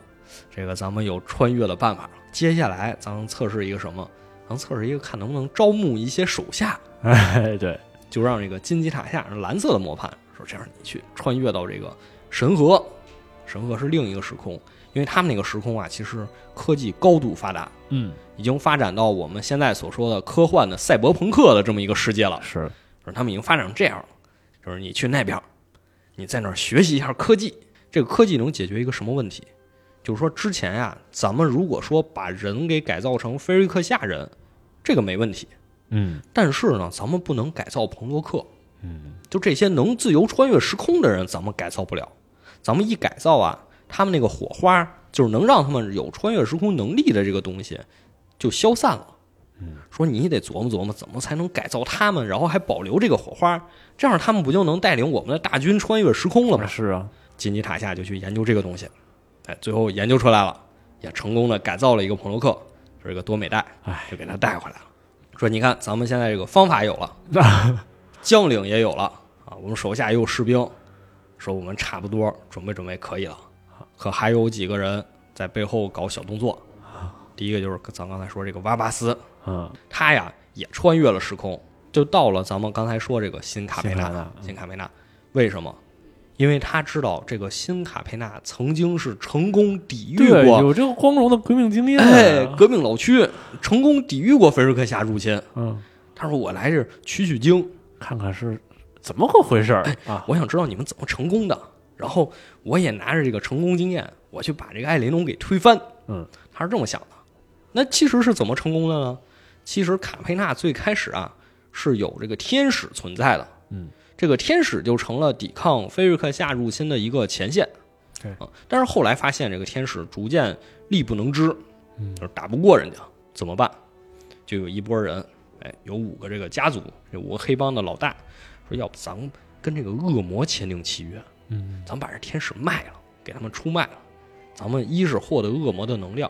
Speaker 1: 这个咱们有穿越的办法了。接下来咱们测试一个什么？咱们测试一个看能不能招募一些手下，
Speaker 2: 哎对，
Speaker 1: 就让这个金字塔下蓝色的魔判说这样你去穿越到这个神河，神河是另一个时空，因为他们那个时空啊，其实科技高度发达，
Speaker 2: 嗯，
Speaker 1: 已经发展到我们现在所说的科幻的赛博朋克的这么一个世界了。
Speaker 2: 是
Speaker 1: 就是他们已经发展成这样了，就是你去那边儿，你在那儿学习一下科技，这个科技能解决一个什么问题？就是说之前呀、咱们如果说把人给改造成菲瑞克夏人，这个没问题，
Speaker 2: 嗯
Speaker 1: 但是呢，咱们不能改造彭洛克，
Speaker 2: 嗯，
Speaker 1: 就这些能自由穿越时空的人，咱们改造不了。咱们一改造啊，他们那个火花就是能让他们有穿越时空能力的这个东西就消散了。说你得琢磨琢磨，怎么才能改造他们，然后还保留这个火花，这样他们不就能带领我们的大军穿越时空了吗？
Speaker 2: 是啊，
Speaker 1: 金鸡塔下就去研究这个东西，哎，最后研究出来了，也成功的改造了一个朋洛克，是一个多美代，
Speaker 2: 哎，
Speaker 1: 就给他带回来了。说你看，咱们现在这个方法有了，将领也有了啊，我们手下也有士兵，说我们差不多准备准备可以了，可还有几个人在背后搞小动作。第一个就是咱刚才说这个瓦巴斯，
Speaker 2: 嗯，
Speaker 1: 他呀也穿越了时空，就到了咱们刚才说这个新卡佩纳
Speaker 2: 新卡佩纳。嗯
Speaker 1: 新卡佩纳，为什么？因为他知道这个新卡佩纳曾经是成功抵御
Speaker 2: 对，
Speaker 1: 过
Speaker 2: 有啊这个光荣的革命经验、
Speaker 1: 哎革命老区，成功抵御过菲尔克夏入侵。
Speaker 2: 嗯，
Speaker 1: 他说：“我来这儿取取经，
Speaker 2: 看看是怎么个回事儿啊？
Speaker 1: 我想知道你们怎么成功的。然后我也拿着这个成功经验，我去把这个艾雷农给推翻。”
Speaker 2: 嗯，
Speaker 1: 他是这么想的。那其实是怎么成功的呢？其实卡佩纳最开始啊是有这个天使存在的，
Speaker 2: 嗯，
Speaker 1: 这个天使就成了抵抗菲瑞克夏入侵的一个前线，
Speaker 2: 对
Speaker 1: 啊。但是后来发现这个天使逐渐力不能支，
Speaker 2: 嗯
Speaker 1: 就是打不过人家，怎么办？就有一波人，哎，有五个这个家族，这五个黑帮的老大说，要不咱们跟这个恶魔签订契约，
Speaker 2: 嗯，
Speaker 1: 咱们把这天使卖了，给他们出卖了。咱们一是获得恶魔的能量，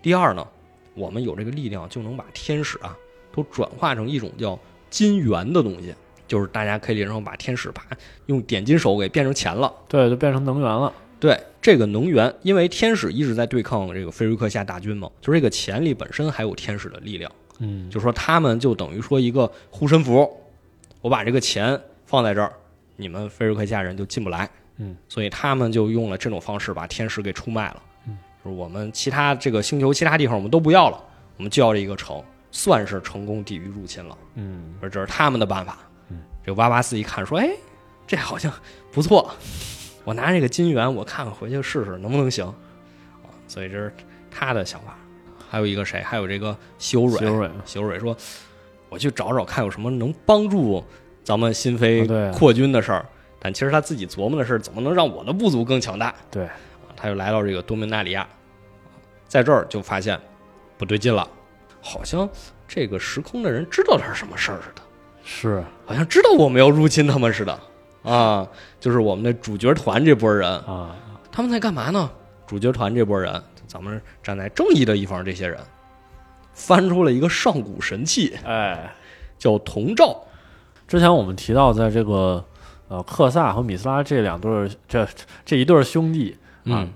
Speaker 1: 第二呢，我们有这个力量就能把天使啊都转化成一种叫金元的东西，就是大家可以然后把天使啪用点金手给变成钱了。
Speaker 2: 对，就变成能源了。
Speaker 1: 对这个能源，因为天使一直在对抗这个菲瑞克夏大军嘛，就是这个钱里本身还有天使的力量，
Speaker 2: 嗯，
Speaker 1: 就说他们就等于说一个护身符，我把这个钱放在这儿，你们菲瑞克夏人就进不来。
Speaker 2: 嗯，
Speaker 1: 所以他们就用了这种方式把天使给出卖了。嗯，就是我们其他这个星球其他地方我们都不要了，我们就要这一个城，算是成功抵御入侵了。
Speaker 2: 嗯，
Speaker 1: 而这是他们的办法。
Speaker 2: 嗯，
Speaker 1: 这个哇哇四一看说，哎，这好像不错，我拿这个金元我看看回去试试能不能行。啊所以这是他的想法。还有一个谁？还有这个修蕊，
Speaker 2: 修蕊，
Speaker 1: 小蕊说：“我去找找看有什么能帮助咱们新
Speaker 2: 啊
Speaker 1: 飞
Speaker 2: 对
Speaker 1: 扩军的事儿。但其实他自己琢磨的是，怎么能让我的部族更强大？
Speaker 2: 对
Speaker 1: 啊，他就来到这个多明纳里亚，在这儿就发现不对劲了，好像这个时空的人知道点什么事儿似的，
Speaker 2: 是，
Speaker 1: 好像知道我们要入侵他们似的啊！就是我们的主角团这波人，
Speaker 2: 啊，
Speaker 1: 他们在干嘛呢？主角团这波人，咱们站在正义的一方，这些人翻出了一个上古神器，
Speaker 2: 哎，
Speaker 1: 叫铜罩，
Speaker 2: 之前我们提到，在这个呃克萨和米斯拉这两对儿这这一对儿兄弟啊、
Speaker 1: 嗯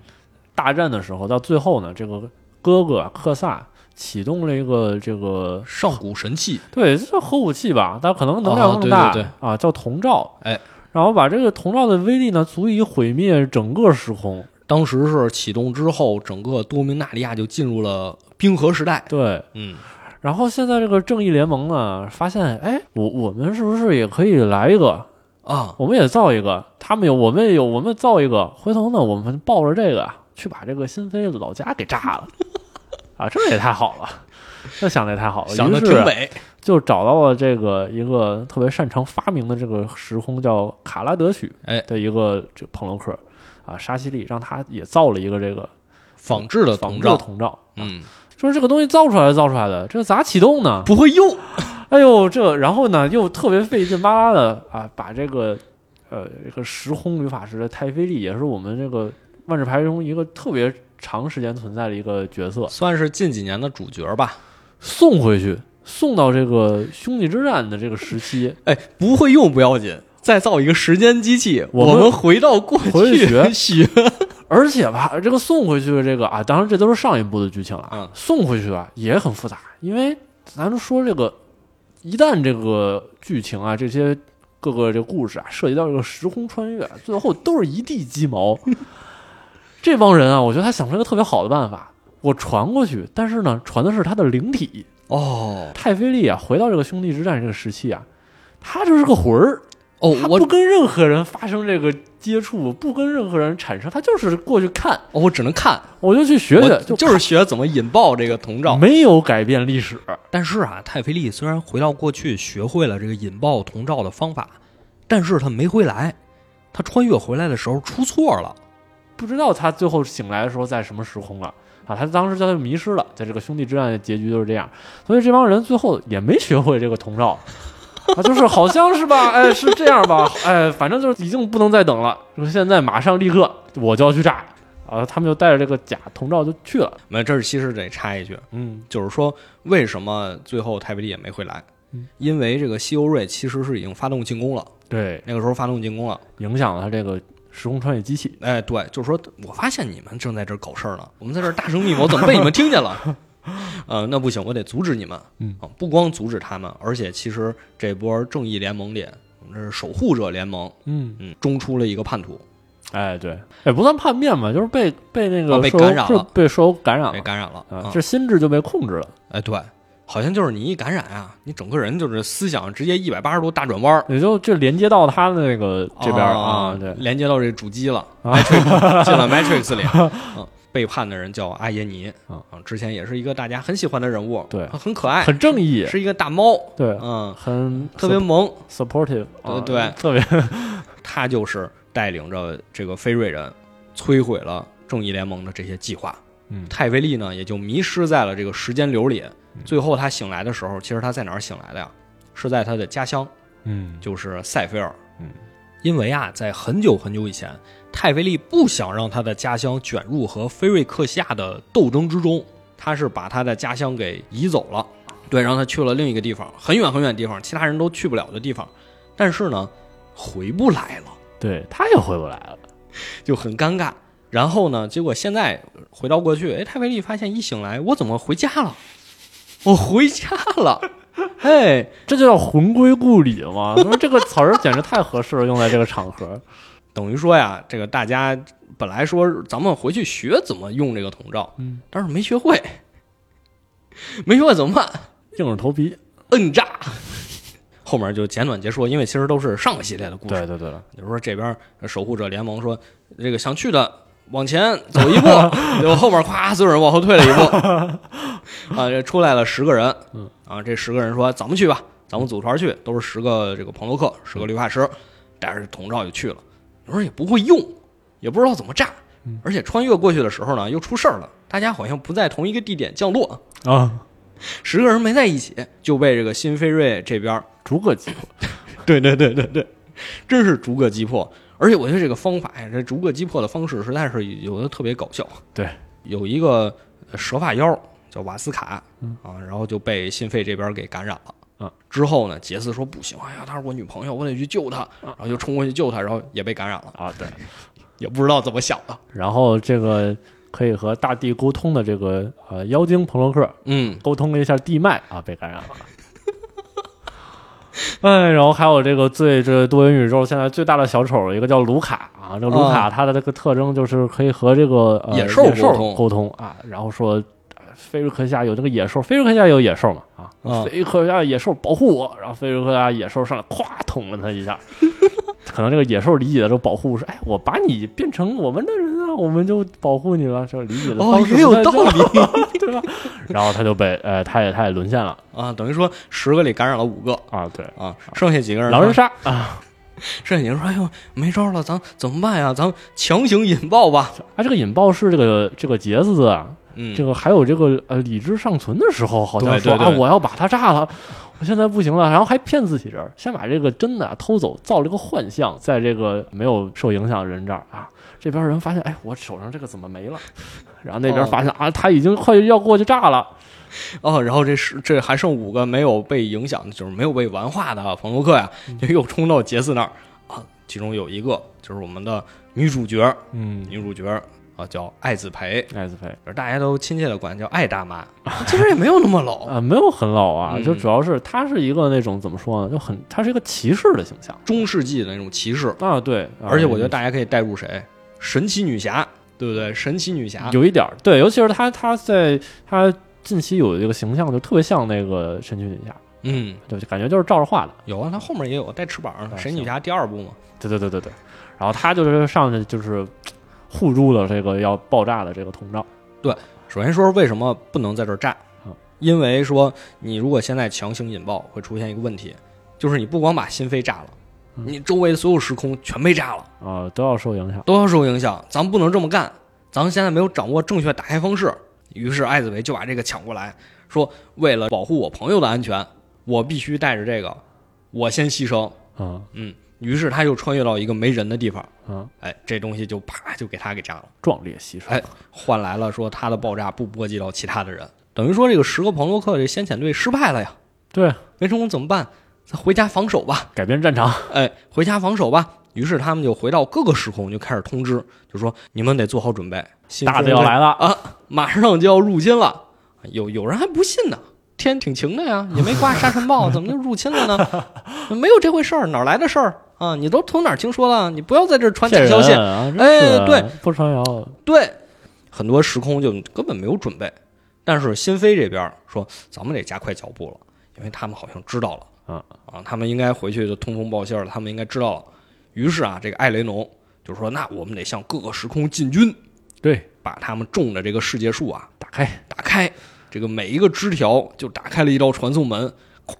Speaker 2: 大战的时候，到最后呢，这个哥哥克萨启动了一个这个
Speaker 1: 上古神器，
Speaker 2: 对，这叫核武器吧，但可能能量更大、
Speaker 1: 哦对对
Speaker 2: 啊，叫铜罩。
Speaker 1: 哎，
Speaker 2: 然后把这个铜罩的威力呢，足以毁灭整个时空。
Speaker 1: 当时是启动之后，整个多明纳利亚就进入了冰河时代。
Speaker 2: 对，
Speaker 1: 嗯，
Speaker 2: 然后现在这个正义联盟呢，发现哎，我我们是不是也可以来一个？
Speaker 1: 啊，
Speaker 2: 我们也造一个，他们有，我们也有，我们造一个。回头呢，我们抱着这个去把这个新飞老家给炸了，啊，这也太
Speaker 1: (laughs)
Speaker 2: 好了，这想的也太好了，
Speaker 1: 想
Speaker 2: 哦于
Speaker 1: 的
Speaker 2: 是啊
Speaker 1: 挺美。
Speaker 2: 就找到了这个一个特别擅长发明的这个时空叫卡拉德许
Speaker 1: 哎
Speaker 2: 的一个这朋洛克啊，沙西利让他也造了一个这个
Speaker 1: 仿制的
Speaker 2: 仿
Speaker 1: 铜
Speaker 2: 制的
Speaker 1: 罩，
Speaker 2: 铜罩。
Speaker 1: 嗯，
Speaker 2: 说这个东西造出来造出来的，这咋启动呢？
Speaker 1: 不会用，
Speaker 2: 哎呦，这然后呢又特别费劲巴拉的啊，把这个呃这个时空旅法师的泰菲利，也是我们这个万智牌中一个特别长时间存在的一个角色，
Speaker 1: 算是近几年的主角吧。
Speaker 2: 送回去，送到这个兄弟之战的这个时期，
Speaker 1: 哎，不会用不要紧，再造一个时间机器，
Speaker 2: 我
Speaker 1: 我
Speaker 2: 们
Speaker 1: 回到过
Speaker 2: 回去
Speaker 1: 去学。
Speaker 2: 而且吧，这个送回去的这个啊，当然这都是上一部的剧情了啊
Speaker 1: 嗯，
Speaker 2: 送回去吧也很复杂，因为咱们说这个，一旦这个剧情啊这些各个这故事啊涉及到这个时空穿越，最后都是一地鸡
Speaker 1: (laughs)
Speaker 2: 毛。这帮人啊，我觉得他想出了一个特别好的办法，我传过去，但是呢，传的是他的灵体
Speaker 1: 哦
Speaker 2: 泰菲利啊，回到这个兄弟之战这个时期啊，他就是个魂儿，
Speaker 1: 哦，
Speaker 2: 他
Speaker 1: 我
Speaker 2: 不跟任何人发生这个接触，不跟任何人产生，他就是过去看。
Speaker 1: 哦我只能看，
Speaker 2: 我就去学
Speaker 1: 我
Speaker 2: 学，
Speaker 1: 就是学怎么引爆这个铜罩。
Speaker 2: 没有改变历史。
Speaker 1: 但是啊，泰菲利虽然回到过去学会了这个引爆铜罩的方法，但是他没回来，他穿越回来的时候出错了，
Speaker 2: 不知道他最后醒来的时候在什么时空了啊！他当时他就迷失了，在这个兄弟之战的结局就是这样，所以这帮人最后也没学会这个同照。啊，就是好像是吧， (laughs) 哎，是这样吧，哎，反正就是已经不能再等了，说现在马上立刻我就要去炸啊！他们就带着这个假同照就去了，
Speaker 1: 那这儿其实得插一句，
Speaker 2: 嗯
Speaker 1: 就是说为什么最后泰比利也没回来
Speaker 2: 嗯？
Speaker 1: 因为这个西欧瑞其实是已经发动进攻了，，
Speaker 2: 对，
Speaker 1: 那个时候发动进攻了。
Speaker 2: 影响了他这个时空穿越机器，
Speaker 1: 哎，对，就是说，我发现你们正在这儿搞事儿呢，我们在这儿大声密谋，怎么被你们听见 (laughs) 了？呃，那不行，我得阻止你们。
Speaker 2: 嗯
Speaker 1: 啊，不光阻止他们，而且其实这波正义联盟里，我们这是守护者联盟，
Speaker 2: 嗯，
Speaker 1: 嗯，中出了一个叛徒，
Speaker 2: 哎，对，也不算叛变吧，就是被被那个
Speaker 1: 哦被
Speaker 2: 兽
Speaker 1: 感染
Speaker 2: 是
Speaker 1: 了
Speaker 2: 被兽友感染
Speaker 1: 被
Speaker 2: 了
Speaker 1: 感染了。
Speaker 2: 啊，
Speaker 1: 啊，
Speaker 2: 这心智就被控制了，
Speaker 1: 哎，对，好像就是你一感染啊，你整个人就是思想直接一百八十度大转弯儿，
Speaker 2: 也就就连接到他的那个
Speaker 1: 哦
Speaker 2: 这边儿啊，对，
Speaker 1: 连接到这主机了
Speaker 2: 啊 (laughs)
Speaker 1: ，Matrix 进了 Matrix 里。嗯，背叛的人叫阿耶尼，
Speaker 2: 啊
Speaker 1: 之前也是一个大家很喜欢的人物，
Speaker 2: 对
Speaker 1: 很可爱，
Speaker 2: 很正义，
Speaker 1: 哎是一个大猫，
Speaker 2: 对，
Speaker 1: 嗯，
Speaker 2: 很
Speaker 1: 特别萌。
Speaker 2: supportive，啊
Speaker 1: 对对
Speaker 2: 特别
Speaker 1: 他就是带领着这个飞瑞人摧毁了正义联盟的这些计划。
Speaker 2: 嗯
Speaker 1: 泰维利呢也就迷失在了这个时间流里
Speaker 2: 嗯。
Speaker 1: 最后他醒来的时候，其实他在哪儿醒来的呀？是在他的家乡，
Speaker 2: 嗯
Speaker 1: 就是塞菲尔。
Speaker 2: 嗯，
Speaker 1: 因为啊，在很久很久以前，泰维利不想让他的家乡卷入和菲瑞克夏的斗争之中，他是把他的家乡给移走了，对，让他去了另一个地方，很远很远的地方，其他人都去不了的地方。但是呢，回不来了，
Speaker 2: (laughs) 对，他也回不来了，
Speaker 1: 就很尴尬。然后呢，结果现在回到过去，哎，泰维利发现一醒来，我怎么回家了？我回家了， (laughs) 哎，
Speaker 2: 这就叫魂归故里
Speaker 1: (laughs)
Speaker 2: 嘛。那么这个词儿简直太合适了，用在这个场合。
Speaker 1: 等于说呀，这个大家本来说咱们回去学怎么用这个统照，
Speaker 2: 嗯，
Speaker 1: 但是没学会，没学会怎么办？
Speaker 2: 硬着头皮，
Speaker 1: 摁炸。后面就简短截说，因为其实都是上个系列的故事。
Speaker 2: 对对对，
Speaker 1: 比如说这边守护者联盟说，这个想去的往前走一步，结果后面咵，所有人往后退了一步。 (laughs) 啊，这出来了十个人，
Speaker 2: 嗯，
Speaker 1: 啊，这十个人说咱们去吧，咱们组团去，都是十个这个朋洛克，十个绿化师，带着统照就去了。有人也不会用，也不知道怎么炸，而且穿越过去的时候呢，又出事儿了，大家好像不在同一个地点降落，
Speaker 2: 啊，
Speaker 1: 十个人没在一起，就被这个新飞瑞这边儿，
Speaker 2: 逐个击破。
Speaker 1: (laughs) 对对对对对，真是逐个击破。而且我觉得这个方法呀，这逐个击破的方式实在是有的特别搞笑。
Speaker 2: 对，
Speaker 1: 有一个呃蛇发妖叫瓦斯卡，
Speaker 2: 嗯
Speaker 1: 啊，然后就被新费这边给感染了。
Speaker 2: 嗯
Speaker 1: 之后呢，杰斯说不行，哎呀，她是我女朋友，我得去救她，然后就冲过去救她，然后也被感染了，
Speaker 2: 啊，对。
Speaker 1: 也不知道怎么想的。
Speaker 2: 然后这个可以和大地沟通的这个呃妖精朋洛克
Speaker 1: 嗯，
Speaker 2: 沟通了一下地脉啊，被感染了。 (laughs) 哎，然后还有这个最这多元宇宙现在最大的小丑，一个叫卢卡啊，这个卢卡他的这个特征就是可以和这个、呃、
Speaker 1: 野
Speaker 2: 野
Speaker 1: 兽
Speaker 2: 兽
Speaker 1: 沟通
Speaker 2: 沟通啊，然后说呃菲瑞克夏有这个野兽，菲瑞克夏有野兽嘛啊，
Speaker 1: 啊
Speaker 2: 菲瑞克夏野兽保护我，然后菲瑞克夏野兽上来咵捅了他一下， (laughs) 可能这个野兽理解的这个保护是，哎，我把你变成我们的人啊，我们就保护你了，这理解的
Speaker 1: 哦
Speaker 2: 方式
Speaker 1: 也有
Speaker 2: 不太
Speaker 1: 道
Speaker 2: 正
Speaker 1: 理
Speaker 2: 常，对吧？然后他就被呃，他也他也沦陷了
Speaker 1: (laughs) 啊，等于说十个里感染了五个
Speaker 2: 啊，对，
Speaker 1: 啊，剩下几个人
Speaker 2: 狼
Speaker 1: 说
Speaker 2: 人杀啊，
Speaker 1: 摄影说：“哎呦，没招了，咱怎么办呀？咱们强行引爆吧。
Speaker 2: 啊，这个引爆是这个这个杰斯啊，”
Speaker 1: 嗯，
Speaker 2: 这个还有这个呃理智尚存的时候，好像
Speaker 1: 对
Speaker 2: 说
Speaker 1: 对对
Speaker 2: 啊，我要把它炸了，我现在不行了，然后还骗自己人，先把这个真的啊偷走，造了一个幻象，在这个没有受影响的人这儿啊，这边人发现，哎，我手上这个怎么没了？然后那边
Speaker 1: 哦
Speaker 2: 发现啊，他已经快要过去炸了，
Speaker 1: 哦，然后这是这还剩五个没有被影响，就是没有被玩化的啊朋洛克呀，就又冲到杰斯那儿啊。其中有一个就是我们的女主角，
Speaker 2: 嗯，
Speaker 1: 女主角啊叫艾子培，
Speaker 2: 艾斯佩
Speaker 1: 就是大家都亲切的管叫艾大妈，其实也没有那么老，
Speaker 2: 啊，没有很老啊，
Speaker 1: 嗯
Speaker 2: 就主要是他是一个那种怎么说呢，就很他是一个骑士的形象
Speaker 1: 中世纪的那种骑士。
Speaker 2: 啊，对，啊
Speaker 1: 而且我觉得大家可以带入谁？神奇女侠，对不对？神奇女侠，
Speaker 2: 有一点儿对，尤其是他他在他近期有一个形象就特别像那个神奇女侠，
Speaker 1: 嗯，
Speaker 2: 对，感觉就是照着画的。
Speaker 1: 有啊，她后面也有带翅膀
Speaker 2: 啊
Speaker 1: 的。神奇女侠第二部嘛，
Speaker 2: 对对对对对，然后他就是上去就是护住了这个要爆炸的这个通道。
Speaker 1: 首先说为什么不能在这儿炸啊
Speaker 2: 嗯，
Speaker 1: 因为说你如果现在强行引爆，会出现一个问题，就是你不光把心扉炸了，你周围的所有时空全被炸了，
Speaker 2: 啊、都要受影响。
Speaker 1: 都要受影响。咱们不能这么干，咱们现在没有掌握正确打开方式。于是艾子维就把这个抢过来，说为了保护我朋友的安全，我必须带着这个，我先牺牲。
Speaker 2: 嗯
Speaker 1: 嗯，于是他就穿越到一个没人的地方，
Speaker 2: 嗯，
Speaker 1: 哎，这东西就啪就给他给炸了，
Speaker 2: 壮烈牺牲。
Speaker 1: 哎，换来了说他的爆炸不波及到其他的人，等于说这个十个朋洛克这先遣队失败了呀，
Speaker 2: 对，
Speaker 1: 没成功怎么办？咱回家防守吧。
Speaker 2: 改变战场。
Speaker 1: 哎，回家防守吧。于是他们就回到各个时空，就开始通知，就说你们得做好准备，新
Speaker 2: 大
Speaker 1: 中
Speaker 2: 的要
Speaker 1: 队
Speaker 2: 来了，
Speaker 1: 啊，马上就要入侵了。有有人还不信呢，天挺晴的呀，也没刮沙尘
Speaker 2: (laughs)
Speaker 1: 暴，怎么就入侵了呢？没有这回事儿，哪儿来的事儿啊？你都从哪儿听说了？你不要在这儿传假
Speaker 2: 骗
Speaker 1: 消息
Speaker 2: 人。啊！真
Speaker 1: 哎
Speaker 2: 是的
Speaker 1: 对，
Speaker 2: 不传谣，
Speaker 1: 对，很多时空就根本没有准备。但是新飞这边说，咱们得加快脚步了，因为他们好像知道了，
Speaker 2: 嗯
Speaker 1: 啊，他们应该回去就通风报信了，他们应该知道了。于是啊，这个艾雷农就说，那我们得向各个时空进军，
Speaker 2: 对，
Speaker 1: 把他们种的这个世界树啊
Speaker 2: 打开，
Speaker 1: 打开，这个每一个枝条就打开了一道传送门。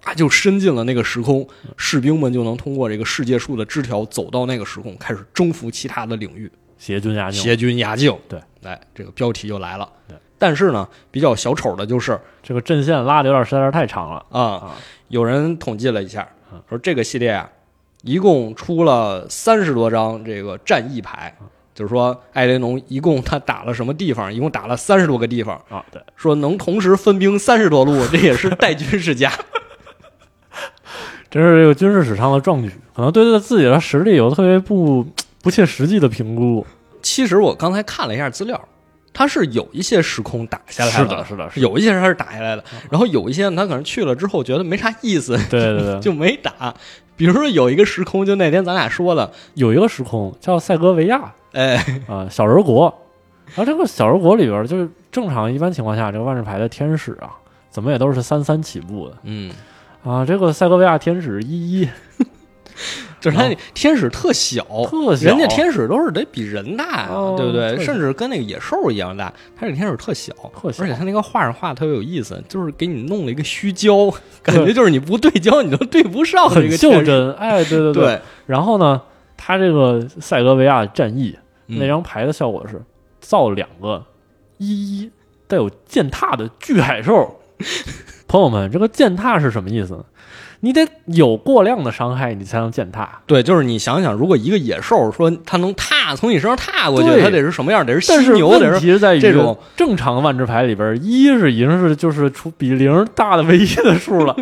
Speaker 1: 咵就伸进了那个时空，士兵们就能通过这个世界树的枝条走到那个时空，开始征服其他的领域。
Speaker 2: 邪军压境。
Speaker 1: 邪军压境。
Speaker 2: 对，
Speaker 1: 哎，这个标题就来了。
Speaker 2: 对，
Speaker 1: 但是呢，比较小丑的就是
Speaker 2: 这个阵线拉的有点实在是太长了。
Speaker 1: 啊，嗯有人统计了一下，说这个系列啊，一共出了三十多张这个战役牌。就是说，艾雷农一共他打了什么地方？一共打了三十多个地方，
Speaker 2: 啊，对，
Speaker 1: 说能同时分兵三十多路，这也是带军世家。
Speaker 2: 这是这个军事史上的壮举，可能对自己的实力有特别不不切实际的评估。
Speaker 1: (laughs) 其实我刚才看了一下资料，它是有一些时空打下来
Speaker 2: 是的，是的，是的，
Speaker 1: 有一些它是打下来的，然后有一些呢他可能去了之后觉得没啥意思，
Speaker 2: 对对
Speaker 1: (laughs)
Speaker 2: 对，
Speaker 1: 就没打。比如说有一个时空，就那天咱俩说的，
Speaker 2: 有一个时空叫塞戈维亚
Speaker 1: 哎，
Speaker 2: 啊，小人国。然后这个小人国里边，就是正常一般情况下，这个万智牌的天使啊，怎么也都是三三起步的
Speaker 1: 嗯，
Speaker 2: 啊。这个塞戈维亚天使一一
Speaker 1: 就是他那天使特小，
Speaker 2: 哦特
Speaker 1: 哦
Speaker 2: 小，
Speaker 1: 人家天使都是得比人大呀、
Speaker 2: 哦
Speaker 1: 对不
Speaker 2: 特
Speaker 1: 对？
Speaker 2: 小
Speaker 1: 甚至跟那个野兽一样大，他这个天使特小，
Speaker 2: 特小
Speaker 1: 而且他那个画上画得特别有意思，就是给你弄了一个虚焦，感觉就是你不对焦你都对不上这
Speaker 2: 很
Speaker 1: 个
Speaker 2: 袖
Speaker 1: 天使。
Speaker 2: 珍，哎，对对
Speaker 1: 对，，
Speaker 2: 然后呢，他这个塞戈维亚战役
Speaker 1: 嗯
Speaker 2: 那张牌的效果是造两个一一带有践踏的巨海兽。朋友们，这个践踏是什么意思呢？你得有过量的伤害，你才能践踏。
Speaker 1: 对，就是你想想，如果一个野兽说它能踏从你身上踏过去，
Speaker 2: 对
Speaker 1: 它得是什么样？得是
Speaker 2: 但
Speaker 1: 犀
Speaker 2: 是
Speaker 1: 牛，得
Speaker 2: 问
Speaker 1: 是
Speaker 2: 题是在于
Speaker 1: 这种
Speaker 2: 正常万智牌里边，一是已经是就是除比零大的唯一的数 (laughs) 了。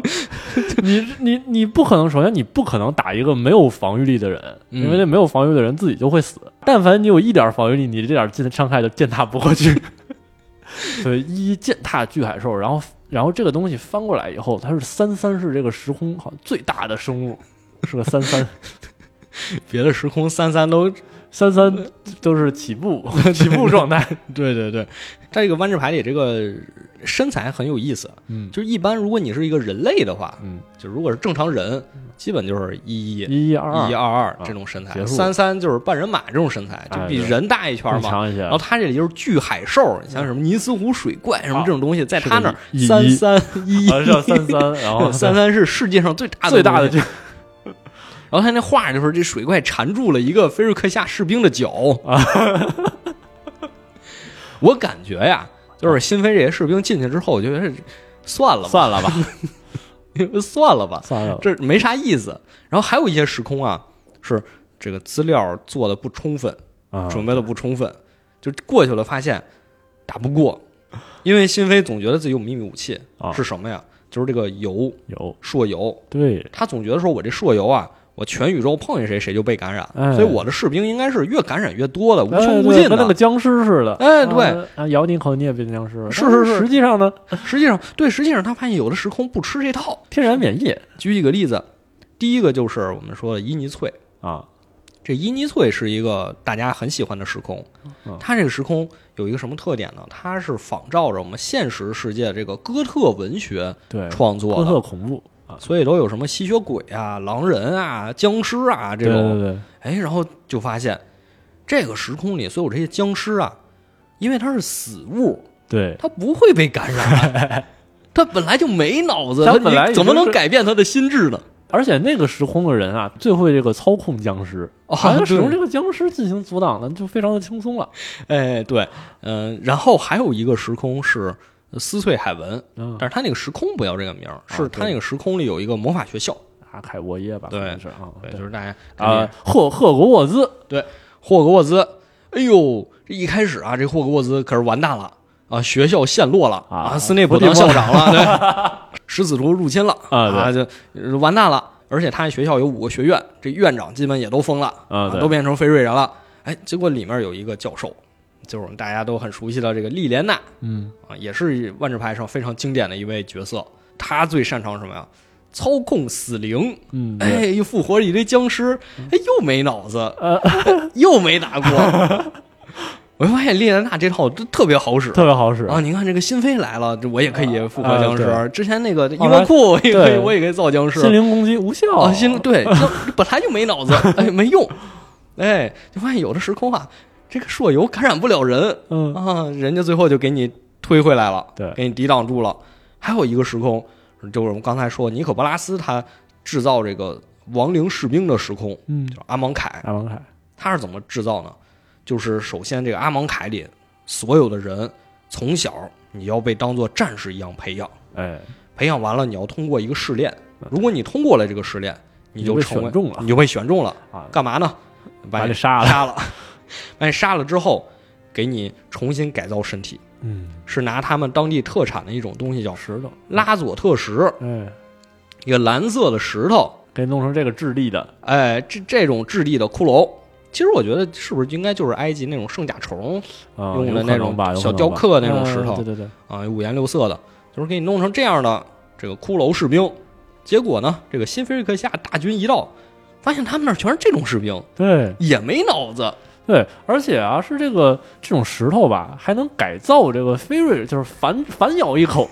Speaker 2: 你你你不可能，首先你不可能打一个没有防御力的人，
Speaker 1: 嗯
Speaker 2: 因为那没有防御的人自己就会死。但凡你有一点防御力，你这点进伤害就践踏不过 (laughs) 去。所以一践踏巨海兽，然后然后这个东西翻过来以后，它是三三是这个时空好像最大的生物，是个三三
Speaker 1: 别的时空三三都
Speaker 2: 三三都是起 (laughs) 步起步状态。
Speaker 1: 对对对，在这个弯智牌里，这个身材很有意思。
Speaker 2: 嗯
Speaker 1: 就是一般如果你是一个人类的话，
Speaker 2: 嗯，
Speaker 1: 就如果是正常人，基本就是一一。
Speaker 2: 一一二二
Speaker 1: 一二二这种身材，
Speaker 2: 结束
Speaker 1: 三三就是半人马这种身材，就
Speaker 2: 哎
Speaker 1: 比
Speaker 2: 对
Speaker 1: 人大一圈
Speaker 2: 更
Speaker 1: 嘛。
Speaker 2: 强一些
Speaker 1: 然后他这里就是巨海兽，你像什么尼斯湖水怪什么
Speaker 2: 啊
Speaker 1: 这种东西，在
Speaker 2: 是
Speaker 1: 他那
Speaker 2: 个
Speaker 1: 儿
Speaker 2: 一
Speaker 1: 三
Speaker 2: 一
Speaker 1: 三一一
Speaker 2: 啊，
Speaker 1: (laughs)
Speaker 2: 叫三三，然后
Speaker 1: 三三是世界上最大的
Speaker 2: 最大的
Speaker 1: 东西
Speaker 2: 就
Speaker 1: 然后他那画就是这水怪缠住了一个菲瑞克夏士兵的
Speaker 2: (laughs)
Speaker 1: 脚啊。我感觉呀，就是新飞这些士兵进去之后，我觉得是算了吧，
Speaker 2: 算了吧，
Speaker 1: 算了吧，
Speaker 2: 算了吧，
Speaker 1: (laughs) 这没啥意思。然后还有一些时空啊，是这个资料做的不充分，
Speaker 2: 啊
Speaker 1: 准备的不充分，就过去了，发现打不过，因为新飞总觉得自己有秘密武器
Speaker 2: 啊
Speaker 1: 是什么呀？就是这个油
Speaker 2: 有
Speaker 1: 朔油，
Speaker 2: 对
Speaker 1: 他总觉得说我这朔油啊，我全宇宙碰见谁谁就被感染，
Speaker 2: 哎
Speaker 1: 所以我的士兵应该是越感染越多的，无
Speaker 2: 哎
Speaker 1: 穷
Speaker 2: 对
Speaker 1: 无尽
Speaker 2: 跟那个
Speaker 1: 的。
Speaker 2: 僵尸似的，
Speaker 1: 哎
Speaker 2: 啊
Speaker 1: 对，
Speaker 2: 啊，咬你一口你也变僵尸了，
Speaker 1: 是
Speaker 2: 但
Speaker 1: 是是
Speaker 2: 实际上呢，
Speaker 1: 实际上，对，实际上他发现有的时空不吃这套。
Speaker 2: 天然免疫
Speaker 1: 举几个例子，第一个就是我们说的伊尼翠，
Speaker 2: 啊，
Speaker 1: 这伊尼翠是一个大家很喜欢的时空
Speaker 2: 嗯，
Speaker 1: 它这个时空有一个什么特点呢？它是仿照着我们现实世界这个哥特文学
Speaker 2: 对，
Speaker 1: 创作
Speaker 2: 哥
Speaker 1: 的，
Speaker 2: 特恐怖啊，
Speaker 1: 所以都有什么吸血鬼啊、狼人啊、僵尸啊这
Speaker 2: 对
Speaker 1: 种
Speaker 2: 对对，
Speaker 1: 哎，然后就发现这个时空里所有这些僵尸啊，因为它是死物，
Speaker 2: 对，
Speaker 1: 它不会被感染，它本来就没脑子，
Speaker 2: 它
Speaker 1: 它
Speaker 2: 本来
Speaker 1: 你
Speaker 2: 已
Speaker 1: 怎么
Speaker 2: 经
Speaker 1: 能
Speaker 2: 是
Speaker 1: 改变它的心智呢？
Speaker 2: 而且那个时空的人啊，最会这个操控僵尸，
Speaker 1: 哦
Speaker 2: 好像使用
Speaker 1: 对
Speaker 2: 这个僵尸进行阻挡呢，就非常的轻松了。
Speaker 1: 哎，对，嗯、然后还有一个时空是撕碎海文，
Speaker 2: 嗯，
Speaker 1: 但是他那个时空不叫这个名儿，是他那个时空里有一个魔法学校，
Speaker 2: 阿凯沃耶吧，
Speaker 1: 对
Speaker 2: 可能是啊，
Speaker 1: 对，就是大家
Speaker 2: 啊，赫赫格沃兹，
Speaker 1: 霍格沃兹，哎呦，这一开始啊，这霍格沃兹可是完蛋了啊，学校陷落了
Speaker 2: 啊
Speaker 1: 啊，斯内普当校长了，对，
Speaker 2: (laughs)
Speaker 1: 食死徒入侵了
Speaker 2: 啊
Speaker 1: 就呃完蛋了。而且他学校有五个学院，这院长基本也都疯了
Speaker 2: 啊对
Speaker 1: 都变成非瑞人了。哎，结果里面有一个教授，就是我们大家都很熟悉的这个莉莲娜
Speaker 2: 嗯，
Speaker 1: 啊，也是万智牌上非常经典的一位角色。他最擅长什么呀？操控死灵，
Speaker 2: 嗯，
Speaker 1: 哎，又复活了一堆僵尸，哎，又没脑子，哎
Speaker 2: 呃，
Speaker 1: 又没打
Speaker 2: (laughs)
Speaker 1: 过。我就发现列莲娜这套都特别好使
Speaker 2: 特别好使。
Speaker 1: 啊！您看这个新飞来了，这我也可以复活僵尸。
Speaker 2: 啊
Speaker 1: 之前那个伊洛库，我也可以，我也可以造僵
Speaker 2: 心
Speaker 1: 尸。
Speaker 2: 灵哦攻击无效，
Speaker 1: 啊，新
Speaker 2: (laughs)
Speaker 1: 对，就本来就没脑子，哎，没用。哎，就发现有的时空啊，这个朔游感染不了人
Speaker 2: 嗯，
Speaker 1: 啊，人家最后就给你推回来了，
Speaker 2: 对
Speaker 1: 给你抵挡住了。还有一个时空，就是我们刚才说尼可波拉斯他制造这个亡灵士兵的时空，
Speaker 2: 嗯
Speaker 1: 就，是阿芒凯。
Speaker 2: 阿王凯，
Speaker 1: 他是怎么制造呢？就是首先这个阿蒙凯里所有的人从小你要被当做战士一样培养，
Speaker 2: 哎，
Speaker 1: 培养完了你要通过一个试炼，如果你通过了这个试炼，你就
Speaker 2: 嗯被
Speaker 1: 成为
Speaker 2: 选中了
Speaker 1: 你就被选中了。
Speaker 2: 啊，
Speaker 1: 干嘛呢？
Speaker 2: 把你
Speaker 1: 你
Speaker 2: 杀了，
Speaker 1: 杀了， (laughs) 把你杀了之后，给你重新改造身体，
Speaker 2: 嗯，
Speaker 1: 是拿他们当地特产的一种东西叫
Speaker 2: 石头，
Speaker 1: 拉佐特石，
Speaker 2: 哎，
Speaker 1: 一个蓝色的石头。
Speaker 2: 给弄成这个质地的，
Speaker 1: 哎，这这种质地的骷髅，其实我觉得是不是应该就是埃及那种圣甲虫？
Speaker 2: 啊，
Speaker 1: 用
Speaker 2: 有
Speaker 1: 的
Speaker 2: 可
Speaker 1: 那
Speaker 2: 能
Speaker 1: 种
Speaker 2: 吧，有
Speaker 1: 小
Speaker 2: 可能
Speaker 1: 雕
Speaker 2: 吧
Speaker 1: 刻那种石
Speaker 2: 哎
Speaker 1: 头
Speaker 2: 对对对，
Speaker 1: 啊，五颜六色的，就是给你弄成这样的这个骷髅士兵。结果呢，这个新菲瑞克夏大军一到，发现他们那儿全是这种士兵，
Speaker 2: 对
Speaker 1: 也没脑子。
Speaker 2: 对，而且啊，是这个这种石头吧，还能改造这个飞瑞，就是反反咬
Speaker 1: (laughs)
Speaker 2: 一口，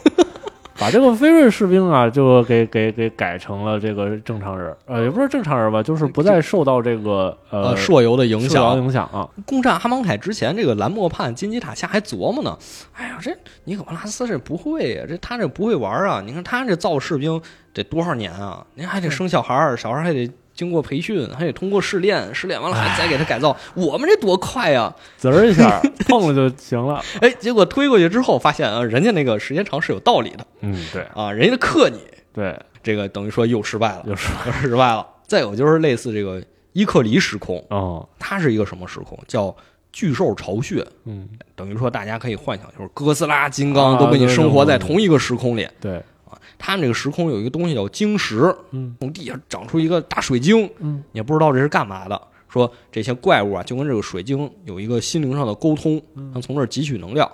Speaker 2: 把这个飞瑞士兵啊，就给给给改成了这个正常人，呃，也不是正常人吧，就是不再受到这个呃
Speaker 1: 呃，朔游的影
Speaker 2: 受到
Speaker 1: 响，
Speaker 2: 影响啊，
Speaker 1: 攻占哈芒凯之前，这个兰莫判金吉塔夏还琢磨呢。哎呀，这尼可波拉斯这不会呀、这他这不会玩啊！你看他这造士兵得多少年啊？您还得生小孩儿，小孩儿还得经过培训，还得通过试炼，试炼完了还再给他改造。我们这多快呀、
Speaker 2: 滋儿一 (laughs) 下碰了就行了，
Speaker 1: 哎，结果推过去之后，发现啊，人家那个时间长是有道理的
Speaker 2: 嗯，对
Speaker 1: 啊，人家克你，
Speaker 2: 对，
Speaker 1: 这个等于说又失败了，
Speaker 2: 就是
Speaker 1: 又失败了。再有就是类似这个伊克里时空，
Speaker 2: 哦，
Speaker 1: 它是一个什么时空？叫巨兽巢穴，
Speaker 2: 嗯，
Speaker 1: 等于说大家可以幻想，就是哥斯拉、金刚
Speaker 2: 啊
Speaker 1: 都跟你
Speaker 2: 对
Speaker 1: 生活在
Speaker 2: 对
Speaker 1: 同一个时空里。啊
Speaker 2: 对，
Speaker 1: 他们这个时空有一个东西叫晶石，
Speaker 2: 嗯
Speaker 1: 从地下长出一个大水晶，
Speaker 2: 嗯，
Speaker 1: 也不知道这是干嘛的。说这些怪物啊，就跟这个水晶有一个心灵上的沟通，
Speaker 2: 嗯
Speaker 1: 能从这儿汲取能量。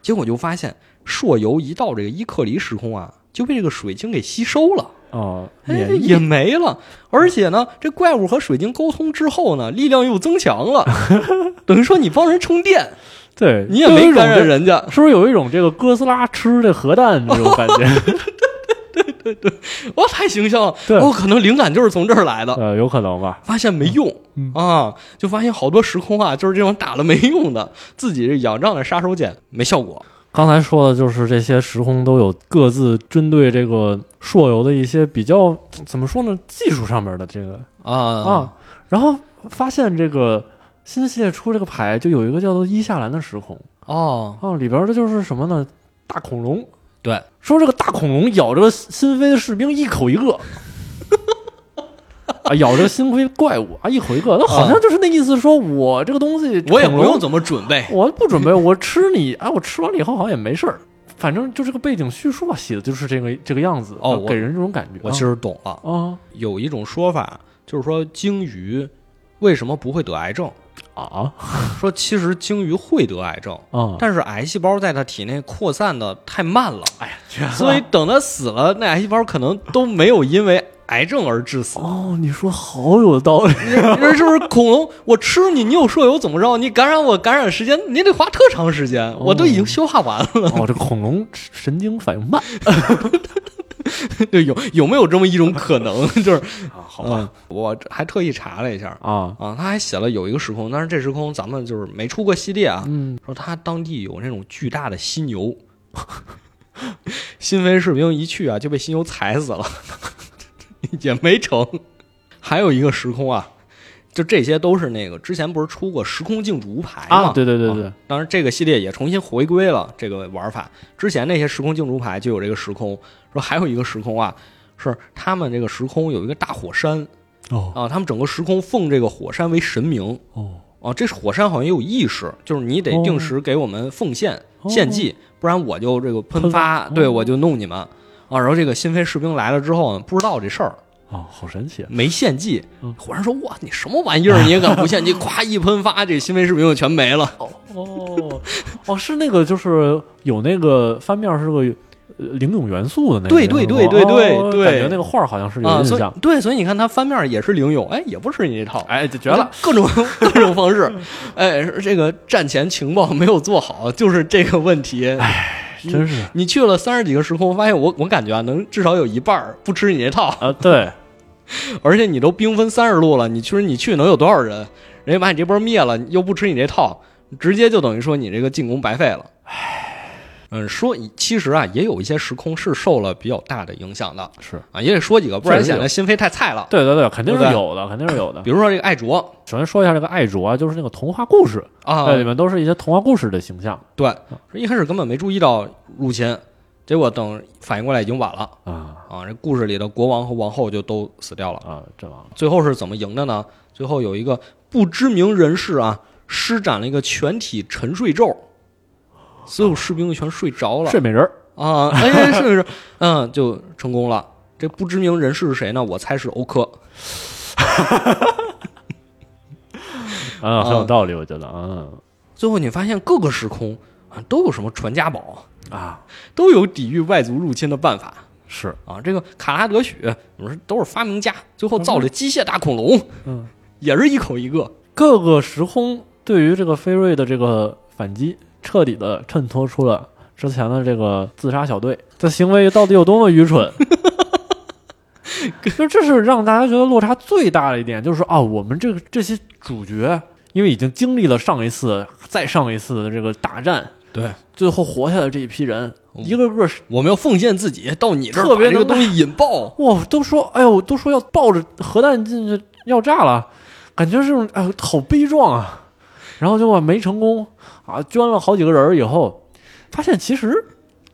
Speaker 1: 结果就发现，朔游一到这个伊克里时空啊，就被这个水晶给吸收了，
Speaker 2: 哦，
Speaker 1: 哎，
Speaker 2: 免疫
Speaker 1: 也没了。而且呢，这怪物和水晶沟通之后呢，力量又增强
Speaker 2: (laughs)
Speaker 1: 了，等于说你帮人充电，
Speaker 2: 对，
Speaker 1: 你也
Speaker 2: 就有
Speaker 1: 没
Speaker 2: 一种
Speaker 1: 干扰
Speaker 2: 这
Speaker 1: 人家。
Speaker 2: 是不是有一种这个哥斯拉吃这核弹这种感 (laughs) 觉？
Speaker 1: 哇，太形象了！
Speaker 2: 对
Speaker 1: 哦，可能灵感就是从这儿来的。
Speaker 2: 呃，有可能吧，
Speaker 1: 发现没用、
Speaker 2: 嗯
Speaker 1: 啊，就发现好多时空啊，就是这种打了没用的，自己这仰仗的杀手锏没效果。
Speaker 2: 刚才说的就是这些时空都有各自针对这个朔游的一些比较怎么说呢，技术上面的这个
Speaker 1: 啊
Speaker 2: 啊，然后发现这个新系列出这个牌就有一个叫做伊夏兰的时空
Speaker 1: 哦，
Speaker 2: 啊，里边的就是什么呢？大恐龙，
Speaker 1: 对，
Speaker 2: 说这个大恐龙咬着新飞的士兵一口一
Speaker 1: (laughs)
Speaker 2: 个。啊，咬着新飞怪物啊，一口一个，那好像就是那意思，说我这个东西，
Speaker 1: 我也
Speaker 2: 恐
Speaker 1: 不
Speaker 2: 龙嗯
Speaker 1: 用怎么准备。
Speaker 2: 我不准备，我吃你啊！我吃完了以后好像也没事儿，反正就这个背景叙述啊，写的就是这个这个样子，
Speaker 1: 哦
Speaker 2: 啊
Speaker 1: 我
Speaker 2: 给人这种感觉。
Speaker 1: 我其实懂了，
Speaker 2: 啊
Speaker 1: 有一种说法就是说鲸鱼为什么不会得癌症？
Speaker 2: 啊
Speaker 1: 说其实鲸鱼会得癌症，
Speaker 2: 啊！
Speaker 1: 但是癌细胞在它体内扩散的太慢
Speaker 2: (laughs)
Speaker 1: 了，
Speaker 2: 哎呀，
Speaker 1: 所以等它死了，那癌细胞可能都没有因为癌症而致死。
Speaker 2: 哦，你说好有道理，
Speaker 1: (laughs) 你说是不是恐龙？我吃你，你有朔游怎么着？你感染我，感染时间你得花特长时间，我都已经消化完了。
Speaker 2: 哦，这个恐龙神经反应慢
Speaker 1: (laughs) 就有有没有这么一种可能？ (laughs) 就是，
Speaker 2: 啊，好吧
Speaker 1: 嗯，我还特意查了一下
Speaker 2: 啊，
Speaker 1: 啊，他还写了有一个时空，但是这时空咱们就是没出过系列啊。
Speaker 2: 嗯，
Speaker 1: 说他当地有那种巨大的犀牛， (laughs) 新飞士兵一去啊就被犀牛踩死了。 (laughs) 也没成。还有一个时空啊，就这些都是那个之前不是出过时空竞逐牌吗？
Speaker 2: 啊，对对对对，
Speaker 1: 当然，这个系列也重新回归了这个玩法。之前那些时空竞逐牌就有这个时空，说还有一个时空啊，是他们这个时空有一个大火山
Speaker 2: 哦
Speaker 1: 啊，他们整个时空奉这个火山为神明
Speaker 2: 哦
Speaker 1: 啊，这火山好像也有意识，就是你得定时给我们奉献
Speaker 2: 哦
Speaker 1: 献祭，不然我就这个喷
Speaker 2: 喷
Speaker 1: 发
Speaker 2: 发，
Speaker 1: 对
Speaker 2: 哦
Speaker 1: 我就弄你们啊。然后这个新飞士兵来了之后呢，不知道这事儿，
Speaker 2: 哦，好神奇啊！
Speaker 1: 没献祭
Speaker 2: 嗯，
Speaker 1: 火山说哇，你什么玩意儿你也敢不献祭？咵一喷发，这新飞士兵就全没了。
Speaker 2: 哦哦，是那个就是有那个翻面是个。呃灵勇元素的那个，
Speaker 1: 对对对对对
Speaker 2: 哦
Speaker 1: 对
Speaker 2: 感觉那个画儿好像是有
Speaker 1: 啊，
Speaker 2: 印
Speaker 1: 所
Speaker 2: 象
Speaker 1: 以，对，所以你看他翻面儿也是零勇，哎，也不是你这套，
Speaker 2: 哎，就绝
Speaker 1: 就，各种各种方式，哎，这个战前情报没有做好，就是这个问题。
Speaker 2: 哎真是
Speaker 1: 你去了三十几个时空，发现我我感觉啊，能至少有一半儿不吃你这套，
Speaker 2: 啊，对，
Speaker 1: 而且你都兵分三十路了，你去你去能有多少人？人家把你这波灭了，又不吃你这套，直接就等于说你这个进攻白费了。嗯，说其实啊，也有一些时空是受了比较大的影响的
Speaker 2: 是，
Speaker 1: 啊，也得说几个，不然
Speaker 2: 确实
Speaker 1: 显
Speaker 2: 有
Speaker 1: 得心扉太菜了。
Speaker 2: 对对对，肯定是
Speaker 1: 对不对
Speaker 2: 有的，肯定是有的
Speaker 1: 比。如说这个艾卓，
Speaker 2: 首先说一下这个艾卓啊，就是那个童话故事，
Speaker 1: 啊，
Speaker 2: 在里嗯面都是一些童话故事的形象
Speaker 1: 对，一开始根本没注意到入侵，结果等反应过来已经晚了
Speaker 2: 啊
Speaker 1: 啊！这故事里的国王和王后就都死掉了。
Speaker 2: 啊，阵亡了
Speaker 1: 最后是怎么赢的呢？最后有一个不知名人士啊，施展了一个全体沉睡咒，所有士兵全睡着了
Speaker 2: 睡美人儿
Speaker 1: 啊！哎，是是，嗯，就成功了。这不知名人士是谁呢？我猜是欧科。
Speaker 2: 啊，很有
Speaker 1: 嗯
Speaker 2: 道理，我觉得，嗯
Speaker 1: 最后你发现各个时空啊都有什么传家宝，
Speaker 2: 啊，
Speaker 1: 都有抵御外族入侵的办法。
Speaker 2: 是，
Speaker 1: 啊，这个卡拉德许，你说都是发明家，最后造了机械大恐龙，
Speaker 2: 嗯，
Speaker 1: (laughs) 也是一口一个。
Speaker 2: 各个时空对于这个飞瑞的这个反击，彻底的衬托出了之前的这个自杀小队的行为到底有多么愚蠢。 (laughs) 就这是让大家觉得落差最大的一点，就是啊，我们这个这些主角，因为已经经历了上一次、再上一次的这个大战，
Speaker 1: 对，
Speaker 2: 最后活下来这一批人，一个个是
Speaker 1: 我们要奉献自己，到你这儿
Speaker 2: 特别
Speaker 1: 把这个
Speaker 2: 能
Speaker 1: 东西引爆。
Speaker 2: 哇，都说哎呦，都说要抱着核弹进去要炸了，感觉这种哎呦好悲壮啊。然后结果没成功啊，捐了好几个人儿以后，发现其实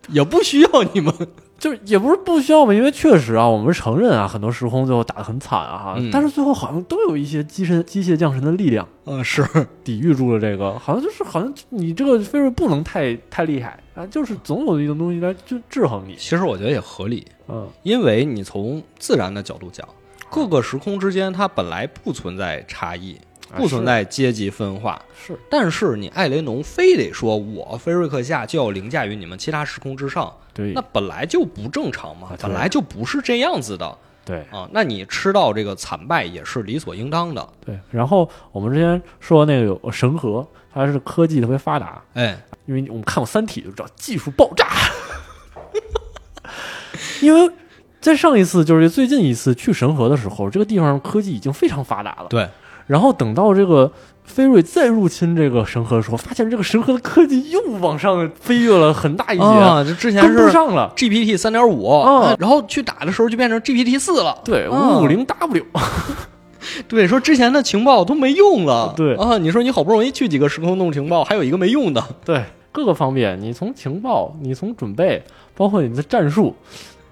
Speaker 1: 也不需要你
Speaker 2: (laughs)
Speaker 1: 们，
Speaker 2: 就是也不是不需要嘛，因为确实啊，我们承认啊，很多时空最后打得很惨啊，
Speaker 1: 嗯
Speaker 2: 但是最后好像都有一些机身机械降神的力量
Speaker 1: 嗯，是
Speaker 2: 抵御住了这个，好像就是好像你这个飞瑞不能太太厉害啊，就是总有一种东西来制制衡你，
Speaker 1: 其实我觉得也合理，
Speaker 2: 嗯，
Speaker 1: 因为你从自然的角度讲，各个时空之间它本来不存在差异，
Speaker 2: 啊
Speaker 1: 不存在阶级分化。
Speaker 2: 是
Speaker 1: 但是你艾雷农非得说我菲瑞克夏就要凌驾于你们其他时空之上，
Speaker 2: 对
Speaker 1: 那本来就不正常嘛
Speaker 2: 啊，
Speaker 1: 本
Speaker 2: 对
Speaker 1: 来就不是这样子的。
Speaker 2: 对。
Speaker 1: 啊，那你吃到这个惨败也是理所应当的。
Speaker 2: 对，然后我们之前说那个有神河，它是科技特别发达，
Speaker 1: 哎，
Speaker 2: 因为我们看过《三体》就知道技术爆炸。 (laughs) 因为在上一次就是最近一次去神河的时候，这个地方科技已经非常发达了。
Speaker 1: 对，
Speaker 2: 然后等到这个飞瑞再入侵这个神河的时候，发现这个神河的科技又往上飞跃了很大一截，
Speaker 1: 啊，这之前
Speaker 2: 哎跟不
Speaker 1: 是
Speaker 2: 上了。
Speaker 1: GPT 三点五，
Speaker 2: 啊
Speaker 1: 然后去打的时候就变成 GPT 四了。
Speaker 2: 对，
Speaker 1: 啊
Speaker 2: 五五零 W，
Speaker 1: 对，说之前的情报都没用了。
Speaker 2: 哦对
Speaker 1: 啊，你说你好不容易去几个时空弄情报，还有一个没用的。
Speaker 2: 对各个方面，你从情报，你从准备，包括你的战术，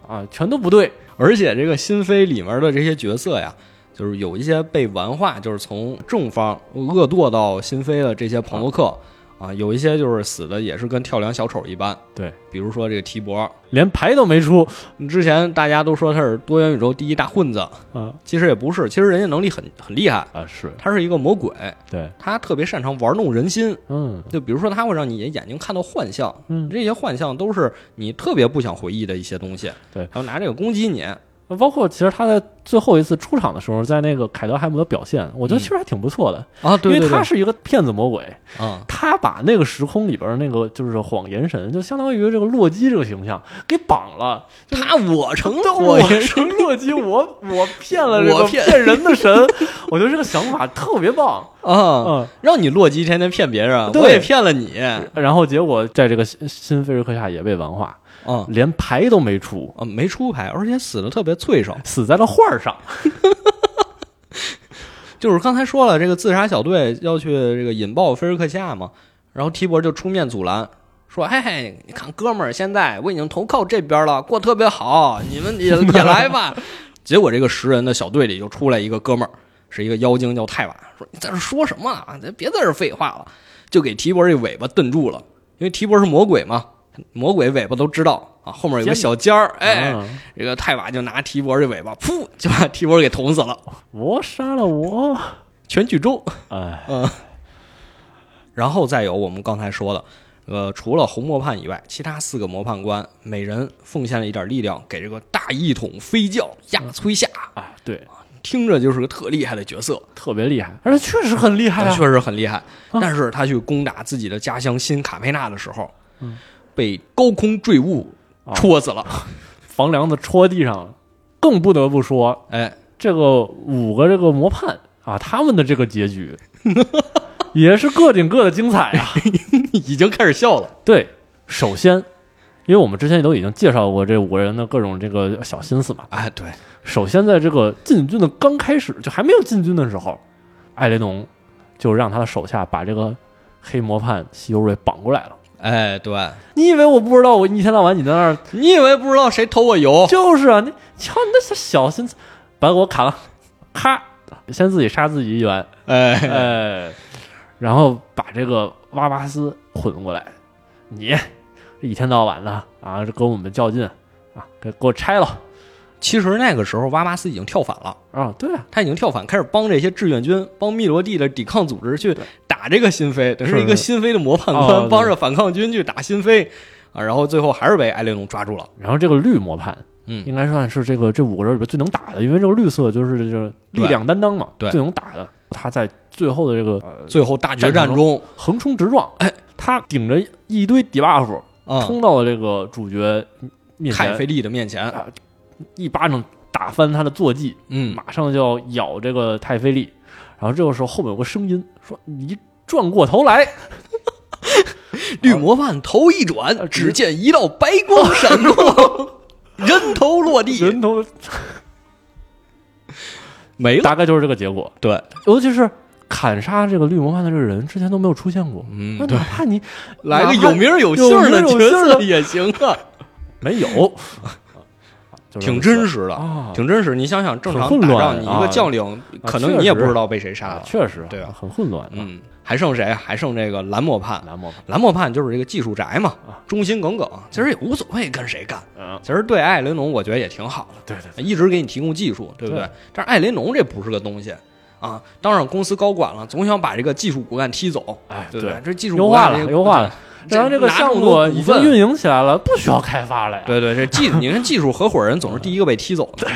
Speaker 2: 啊，全都不对。
Speaker 1: 而且这个新飞里面的这些角色呀，就是有一些被玩化，就是从正方恶堕到新飞的这些朋洛克啊，有一些就是死的也是跟跳梁小丑一般。
Speaker 2: 对，
Speaker 1: 比如说这个提博，
Speaker 2: 连牌都没出
Speaker 1: 之前大家都说他是多元宇宙第一大混子，
Speaker 2: 啊
Speaker 1: 其实也不是，其实人家能力很很厉害，
Speaker 2: 啊是
Speaker 1: 他是一个魔鬼，
Speaker 2: 对，
Speaker 1: 他特别擅长玩弄人心。
Speaker 2: 嗯
Speaker 1: 就比如说，他会让你眼睛看到幻象，
Speaker 2: 嗯，
Speaker 1: 这些幻象都是你特别不想回忆的一些东西，
Speaker 2: 对啊
Speaker 1: 然后拿这个攻击你。
Speaker 2: 包括其实他在最后一次出场的时候，在那个凯德海姆的表现，我觉得其实还挺不错的，
Speaker 1: 啊，嗯对
Speaker 2: 因为
Speaker 1: 对对
Speaker 2: 他，是一个骗子魔鬼，
Speaker 1: 啊，
Speaker 2: 他把那个时空里边那个就是谎言神，就相当于这个洛基这个形象给绑了。
Speaker 1: 他我成
Speaker 2: (laughs) 对
Speaker 1: 我
Speaker 2: 我是洛基，我我骗了这
Speaker 1: 我
Speaker 2: 个
Speaker 1: 骗
Speaker 2: 骗人的神， (laughs) 我觉得这个想法特别棒。
Speaker 1: 啊，
Speaker 2: 嗯，
Speaker 1: 让你洛基天天骗别人，
Speaker 2: 对
Speaker 1: 我也骗了你，
Speaker 2: 然后结果在这个新新菲瑞克夏也被文化，
Speaker 1: 啊
Speaker 2: 连牌都没出，
Speaker 1: 啊，没出牌，而且死的特别脆手。
Speaker 2: 死在了画儿上。
Speaker 1: 就是刚才说了，这个自杀小队要去这个引爆菲尔克夏嘛，然后提伯就出面阻拦，说：“嘿嘿，你看哥们儿，现在我已经投靠这边了，过特别好，你们也也来吧。”结果这个十人的小队里就出来一个哥们儿，是一个妖精叫泰瓦，说：“你在这说什么啊？咱别在这废话了。”就给提伯这尾巴顿住了，因为提伯是魔鬼嘛，魔鬼尾巴都知道啊，后面有个小尖儿，哎，
Speaker 2: 嗯
Speaker 1: 这个泰瓦就拿提伯这尾巴，噗就把提伯给捅死了，
Speaker 2: 我杀了我，
Speaker 1: 全剧终。
Speaker 2: 哎，
Speaker 1: 然后再有我们刚才说的，呃，除了红魔判以外，其他四个魔判官每人奉献了一点力量给这个大一统飞将亚崔夏，
Speaker 2: 哎，对，
Speaker 1: 听着就是个特厉害的角色，
Speaker 2: 特别厉害，而且确实很厉害
Speaker 1: 他
Speaker 2: 啊。
Speaker 1: 哎确实很厉害。但是他去攻打自己的家乡新卡佩纳的时候，被高空坠物
Speaker 2: 哦
Speaker 1: 戳死了。
Speaker 2: 房梁子戳地上了，更不得不说
Speaker 1: 哎， (laughs)
Speaker 2: 这个五个这个魔判啊，他们的这个
Speaker 1: (laughs)
Speaker 2: 结局也是各顶各的精彩啊。
Speaker 1: 已经开始笑了。
Speaker 2: 对，首先，因为我们之前都已经介绍过这五个人的各种这个小心思嘛。
Speaker 1: 哎，对，
Speaker 2: 首先，在这个进军的刚开始，就还没有进军的时候，艾雷农就让他的手下把这个黑魔判西尤瑞绑过来了。
Speaker 1: 哎，对，
Speaker 2: 你以为我不知道？我一天到晚你在那儿
Speaker 1: 你以为不知道谁偷我油？
Speaker 2: 就是啊，你瞧你那小小心思，把我砍了，咔，先自己杀自己一员，
Speaker 1: 哎，
Speaker 2: 哎，然后把这个瓦巴斯混过来，你这一天到晚的啊，这跟我们较劲啊，给给我拆了
Speaker 1: 其实那个时候，瓦巴斯已经跳反了。
Speaker 2: 啊，对啊，
Speaker 1: 他已经跳反，开始帮这些志愿军、帮密罗地的抵抗组织去打这个新飞，等于是
Speaker 2: 是
Speaker 1: 一个新飞的模范
Speaker 2: 哦
Speaker 1: 官
Speaker 2: 对
Speaker 1: 帮着反抗军去打新飞啊，然后最后还是被艾雷农抓住了。
Speaker 2: 然后这个绿魔判。
Speaker 1: 嗯
Speaker 2: 应该算是这个这五个人里边最能打的，因为这个绿色就是就是力量担当嘛，
Speaker 1: 对啊
Speaker 2: 最能打的。他在最后的这个、呃
Speaker 1: 最后大决战中，
Speaker 2: 横冲直撞，哎，他顶着一堆 debuff
Speaker 1: 啊、
Speaker 2: 冲到了这个主角面前
Speaker 1: 凯，菲利的面前，
Speaker 2: 啊一巴掌打翻他的坐骑，
Speaker 1: 嗯，
Speaker 2: 马上就要咬这个太妃利。然后这个时候后面有个声音说：“你转过头来。
Speaker 1: 绿魔范头一
Speaker 2: 啊
Speaker 1: 转，只见一道白光
Speaker 2: (laughs)
Speaker 1: 闪过，人头落”地，
Speaker 2: 人头
Speaker 1: 没了。
Speaker 2: 大概就是这个结果。
Speaker 1: 对，
Speaker 2: 尤其是砍杀这个绿魔幻的这个人，之前都没有出现过。
Speaker 1: 嗯
Speaker 2: 那
Speaker 1: 对
Speaker 2: 哪怕你
Speaker 1: 来个
Speaker 2: 哪怕
Speaker 1: 有名儿有姓儿的
Speaker 2: 有
Speaker 1: 角
Speaker 2: 名儿有姓儿
Speaker 1: 色
Speaker 2: 的
Speaker 1: 也行啊，
Speaker 2: 没有， (laughs) 就
Speaker 1: 挺真实的，
Speaker 2: 啊，
Speaker 1: 挺真实。你想想，正常
Speaker 2: 很
Speaker 1: 打
Speaker 2: 混乱
Speaker 1: 仗，你一个
Speaker 2: 啊
Speaker 1: 将领，
Speaker 2: 啊
Speaker 1: 可能
Speaker 2: 确
Speaker 1: 你也
Speaker 2: 实
Speaker 1: 不知道被谁杀
Speaker 2: 啊
Speaker 1: 了。
Speaker 2: 确实
Speaker 1: 对啊
Speaker 2: 很混乱啊。
Speaker 1: 嗯，还剩谁？还剩这个蓝墨判。
Speaker 2: 蓝魔幻
Speaker 1: 蓝墨判就是这个技术宅嘛，忠心耿耿，啊其实也无所谓跟谁干。
Speaker 2: 嗯，
Speaker 1: 其实对艾雷农，我觉得也挺好
Speaker 2: 对
Speaker 1: 的，
Speaker 2: 对
Speaker 1: 一直给你提供技术，对不对
Speaker 2: 对？
Speaker 1: 但是艾雷农这不是个东西啊！当然，公司高管了，总想把这个技术骨干踢走，
Speaker 2: 哎
Speaker 1: 对不
Speaker 2: 对，
Speaker 1: 这技术
Speaker 2: 优
Speaker 1: 骨
Speaker 2: 化
Speaker 1: 干这
Speaker 2: 了，
Speaker 1: 个
Speaker 2: 优化了。然后这个
Speaker 1: 拿
Speaker 2: 项
Speaker 1: 这么
Speaker 2: 目
Speaker 1: 多
Speaker 2: 已
Speaker 1: 股
Speaker 2: 经
Speaker 1: 份
Speaker 2: 运营起来了，不需要开发了呀。
Speaker 1: 对对，这技你看技术合伙人总是第一个被踢走的，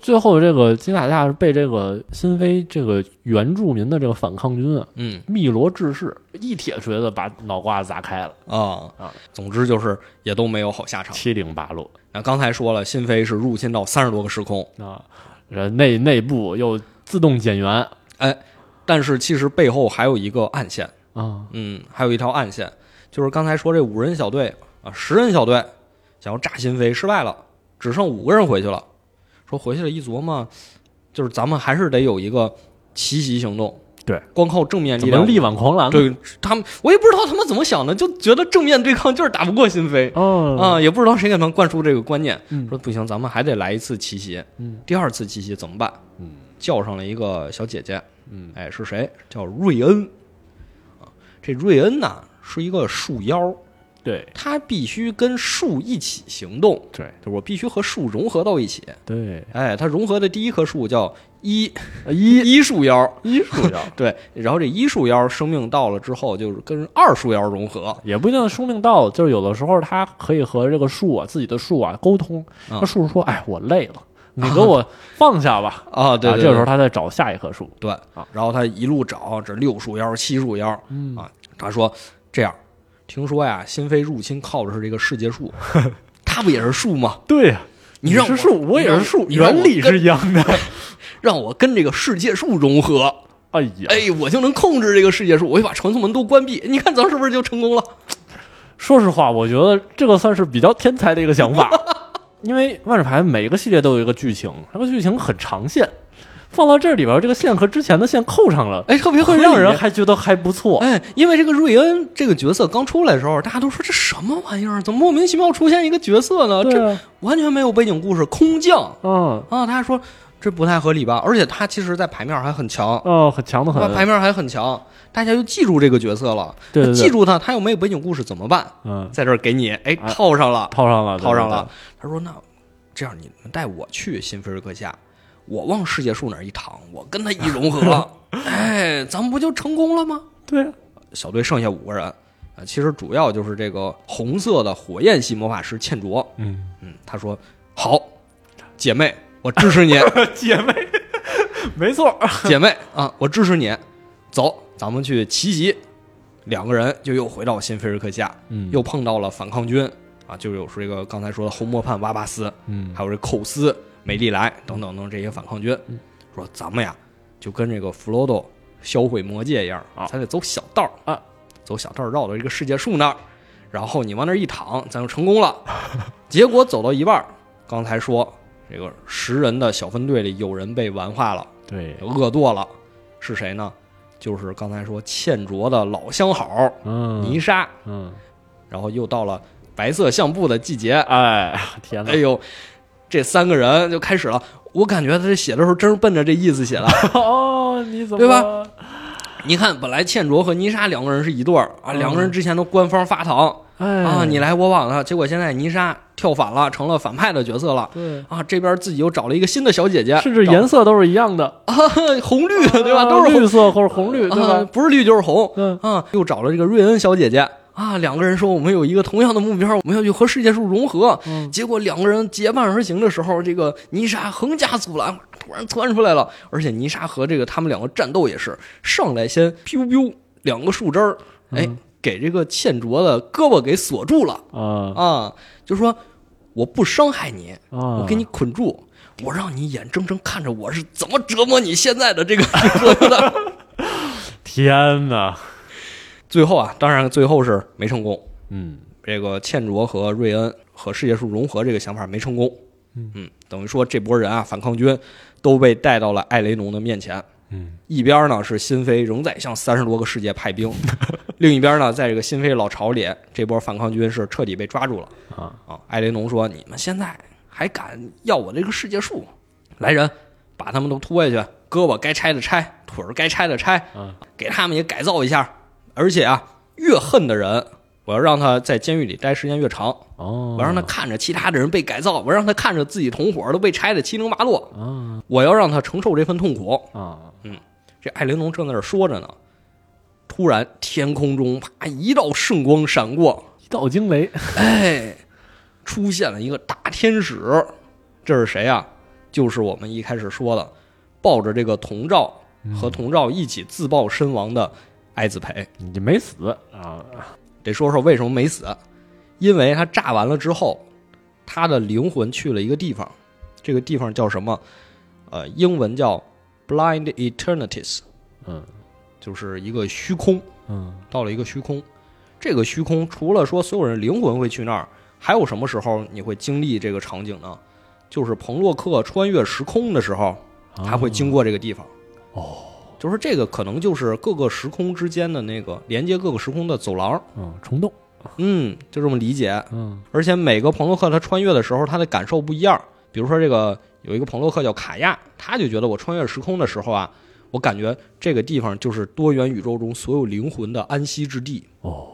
Speaker 2: 最后这个金塔夏是被这个新飞这个原住民的这个反抗军啊，
Speaker 1: 嗯
Speaker 2: 汨罗志士一铁锤子把脑瓜子砸开了，
Speaker 1: 啊
Speaker 2: 啊，
Speaker 1: 总之就是也都没有好下场。
Speaker 2: 七零八落
Speaker 1: 那刚才说了，新飞是入侵到三十多个时空，
Speaker 2: 啊，人内内部又自动减员
Speaker 1: 但是其实背后还有一个暗线。
Speaker 2: 啊，
Speaker 1: 嗯，还有一条暗线，就是刚才说这五人小队啊，十人小队想要炸新飞失败了，只剩五个人回去了。说回去了，一琢磨，就是咱们还是得有一个奇袭行动。
Speaker 2: 对，
Speaker 1: 光靠正面
Speaker 2: 怎
Speaker 1: 力
Speaker 2: 么
Speaker 1: 量，
Speaker 2: 力挽狂澜呢？啊
Speaker 1: 对他们，我也不知道他们怎么想的，就觉得正面对抗就是打不过新飞
Speaker 2: 哦，
Speaker 1: 啊、也不知道谁给他们灌输这个观念，
Speaker 2: 嗯
Speaker 1: 说不行，咱们还得来一次奇袭。
Speaker 2: 嗯
Speaker 1: 第二次奇袭怎么办？
Speaker 2: 嗯
Speaker 1: 叫上了一个小姐姐，
Speaker 2: 嗯，
Speaker 1: 哎，是谁？叫瑞恩啊这瑞恩呐是一个树妖，
Speaker 2: 对
Speaker 1: 他必须跟树一起行动，
Speaker 2: 对
Speaker 1: 就是我必须和树融合到一起。
Speaker 2: 对，
Speaker 1: 哎，他融合的第一棵树叫一
Speaker 2: 啊一
Speaker 1: 一树妖，
Speaker 2: 一树妖
Speaker 1: 对，然后这一树妖生命到了之后，就是跟二树妖融合。
Speaker 2: (laughs) 也不一定生命到了，就是有的时候它可以和这个树啊，自己的树啊沟通。
Speaker 1: 嗯 (laughs)
Speaker 2: 那树说：“哎，我累了，你给我放下吧。
Speaker 1: 啊，对
Speaker 2: 啊，
Speaker 1: 对
Speaker 2: 这个时
Speaker 1: 对
Speaker 2: 候他再找下一棵树。
Speaker 1: 对
Speaker 2: 啊，
Speaker 1: 然后他一路找，这六树腰、七树腰，
Speaker 2: 嗯
Speaker 1: 啊他说这样，听说呀，新飞入侵靠的是这个世界
Speaker 2: (laughs)
Speaker 1: 树，它不也是树吗？
Speaker 2: 对呀，
Speaker 1: 你让
Speaker 2: 是
Speaker 1: 我
Speaker 2: 树，我也是树，
Speaker 1: 你让我
Speaker 2: 原理是一样的。 (laughs)
Speaker 1: 让我跟这个世界树融合，
Speaker 2: 哎呀，
Speaker 1: 哎，我就能控制这个世界树，我就把传送门都关闭，你看咱是不是就成功了？
Speaker 2: 说实话，我觉得这个算是比较天才的一个想
Speaker 1: (laughs)
Speaker 2: 法，因为万智牌每个系列都有一个剧情，那个剧情很长线，放到这里边，这个线和之前的线扣上了，
Speaker 1: 哎，特别合
Speaker 2: 会
Speaker 1: 理
Speaker 2: 让人还觉得还不错。
Speaker 1: 哎，因为这个瑞恩这个角色刚出来的时候，大家都说这什么玩意儿，怎么莫名其妙出现一个角色呢？
Speaker 2: 对
Speaker 1: 这
Speaker 2: 啊，
Speaker 1: 完全没有背景故事，空降
Speaker 2: 嗯，
Speaker 1: 啊！大家说这不太合理吧？而且他其实，在牌面还很强，
Speaker 2: 哦，很强的很
Speaker 1: 他，牌面还很强，大家就记住这个角色了。
Speaker 2: 对对
Speaker 1: 那记
Speaker 2: 对，
Speaker 1: 住他，他又没有背景故事怎么办？
Speaker 2: 嗯，
Speaker 1: 在这儿给你哎
Speaker 2: 啊
Speaker 1: 套上了，
Speaker 2: 套上了，
Speaker 1: 套上
Speaker 2: 对
Speaker 1: 了。。他说：“那这样，你们带我去新菲尔克下，我往世界树那儿一躺，我跟他一融 (laughs) 合，哎，咱们不就成功了吗？”
Speaker 2: 对对啊，
Speaker 1: 小队剩下五个人，啊，其实主要就是这个红色的火焰系魔法师倩卓，
Speaker 2: 嗯，
Speaker 1: 嗯，他说好，姐妹，我支 (laughs) 持你，
Speaker 2: (laughs) 姐妹，没错，
Speaker 1: 姐妹啊，我支持你，走，咱们去奇袭。两个人就又回到新菲尔克下，
Speaker 2: 嗯
Speaker 1: 又碰到了反抗军啊，就有这个刚才说的红魔判瓦巴斯，
Speaker 2: 嗯，
Speaker 1: 还有这寇斯、美丽莱等等等这些反抗军，
Speaker 2: 嗯
Speaker 1: 说咱们呀就跟这个弗罗多销毁魔戒一样，
Speaker 2: 啊
Speaker 1: 咱得走小道儿
Speaker 2: 啊，
Speaker 1: 走小道儿绕到这个世界树那儿，然后你往那儿一躺，咱就成功
Speaker 2: (laughs)
Speaker 1: 了。结果走到一半儿，刚才说这个十人的小分队里有人被玩化了，
Speaker 2: 对，
Speaker 1: 恶堕了，是谁呢？就是刚才说欠卓的老相好
Speaker 2: 嗯，
Speaker 1: 泥沙，
Speaker 2: 嗯，
Speaker 1: 然后又到了白色相簿的季节，
Speaker 2: 哎， (laughs) 天哪
Speaker 1: 哎，呦，这三个人就开始了。我感觉他这写的时候真是奔着这意思写的。 (laughs)
Speaker 2: 哦，你怎么
Speaker 1: 对吧？你看，本来倩卓和泥沙两个人是一对儿啊，
Speaker 2: 嗯
Speaker 1: 两个人之前都官方发糖
Speaker 2: 哎
Speaker 1: 啊，你来我往的。结果现在泥沙跳反了，成了反派的角色了
Speaker 2: 对，
Speaker 1: 啊。这边自己又找了一个新的小姐姐，
Speaker 2: 甚至
Speaker 1: 找
Speaker 2: 颜色都是一样的，
Speaker 1: 红绿对吧？
Speaker 2: 啊
Speaker 1: 都是红
Speaker 2: 绿色或者红绿，对
Speaker 1: 啊
Speaker 2: 吧？
Speaker 1: 不是绿就是红
Speaker 2: 嗯，
Speaker 1: 啊。又找了这个瑞恩小姐姐啊，两个人说我们有一个同样的目标，我们要去和世界树融合。
Speaker 2: 嗯
Speaker 1: 结果两个人结伴而行的时候，这个泥沙横加阻拦，突然窜出来了。而且泥沙和这个他们两个战斗也是上来先 biu biu 两个树枝儿，
Speaker 2: 嗯
Speaker 1: 哎，给这个欠卓的胳膊给锁住了
Speaker 2: 啊
Speaker 1: 啊！就说我不伤害你，
Speaker 2: 啊，我
Speaker 1: 我给你捆住，我让你眼睁睁看着我是怎么折磨你现在的这个左右的。
Speaker 2: 天哪，
Speaker 1: 最后啊，当然最后是没成功。
Speaker 2: 嗯
Speaker 1: 这个倩卓和瑞恩和世界树融合这个想法没成功。
Speaker 2: 嗯
Speaker 1: 等于说这波人啊，反抗军都被带到了艾雷农的面前。
Speaker 2: 嗯
Speaker 1: 一边呢是新飞仍在向三十多个世界派
Speaker 2: (laughs)
Speaker 1: 兵，另一边呢，在这个新飞老巢里，这波反抗军是彻底被抓住了
Speaker 2: 啊，
Speaker 1: 啊！艾雷农说：“你们现在还敢要我这个世界树？来人，把他们都拖下去，胳膊该拆的拆，腿儿该拆的拆，
Speaker 2: 嗯
Speaker 1: 给他们也改造一下。而且啊，越恨的人，我要让他在监狱里待时间越长，
Speaker 2: 哦，
Speaker 1: 我让他看着其他的人被改造，我让他看着自己同伙都被拆得七零八落，
Speaker 2: 啊
Speaker 1: 我要让他承受这份痛苦。
Speaker 2: 啊，
Speaker 1: 这艾玲珑正在这儿说着呢，突然天空中啪一道圣光闪过，
Speaker 2: 一道惊雷，
Speaker 1: 哎，出现了一个大天使，这是谁啊？就是我们一开始说的，抱着这个童照和童照一起自爆身亡的艾子培。
Speaker 2: 你没死啊，
Speaker 1: 得说说为什么没死，因为他炸完了之后，他的灵魂去了一个地方，这个地方叫什么？呃，英文叫 Blind Eternities，
Speaker 2: 嗯
Speaker 1: 就是一个虚空。
Speaker 2: 嗯
Speaker 1: 到了一个虚空。这个虚空除了说所有人灵魂会去那儿，还有什么时候你会经历这个场景呢？就是彭洛克穿越时空的时候，
Speaker 2: 啊
Speaker 1: 他会经过这个地方。
Speaker 2: 哦，
Speaker 1: 就是这个可能就是各个时空之间的那个连接各个时空的走廊。
Speaker 2: 嗯虫洞，
Speaker 1: 嗯，就这么理解。
Speaker 2: 嗯
Speaker 1: 而且每个彭洛克他穿越的时候，他的感受不一样。比如说这个有一个彭洛克叫卡亚，他就觉得我穿越时空的时候啊，我感觉这个地方就是多元宇宙中所有灵魂的安息之地。
Speaker 2: 哦，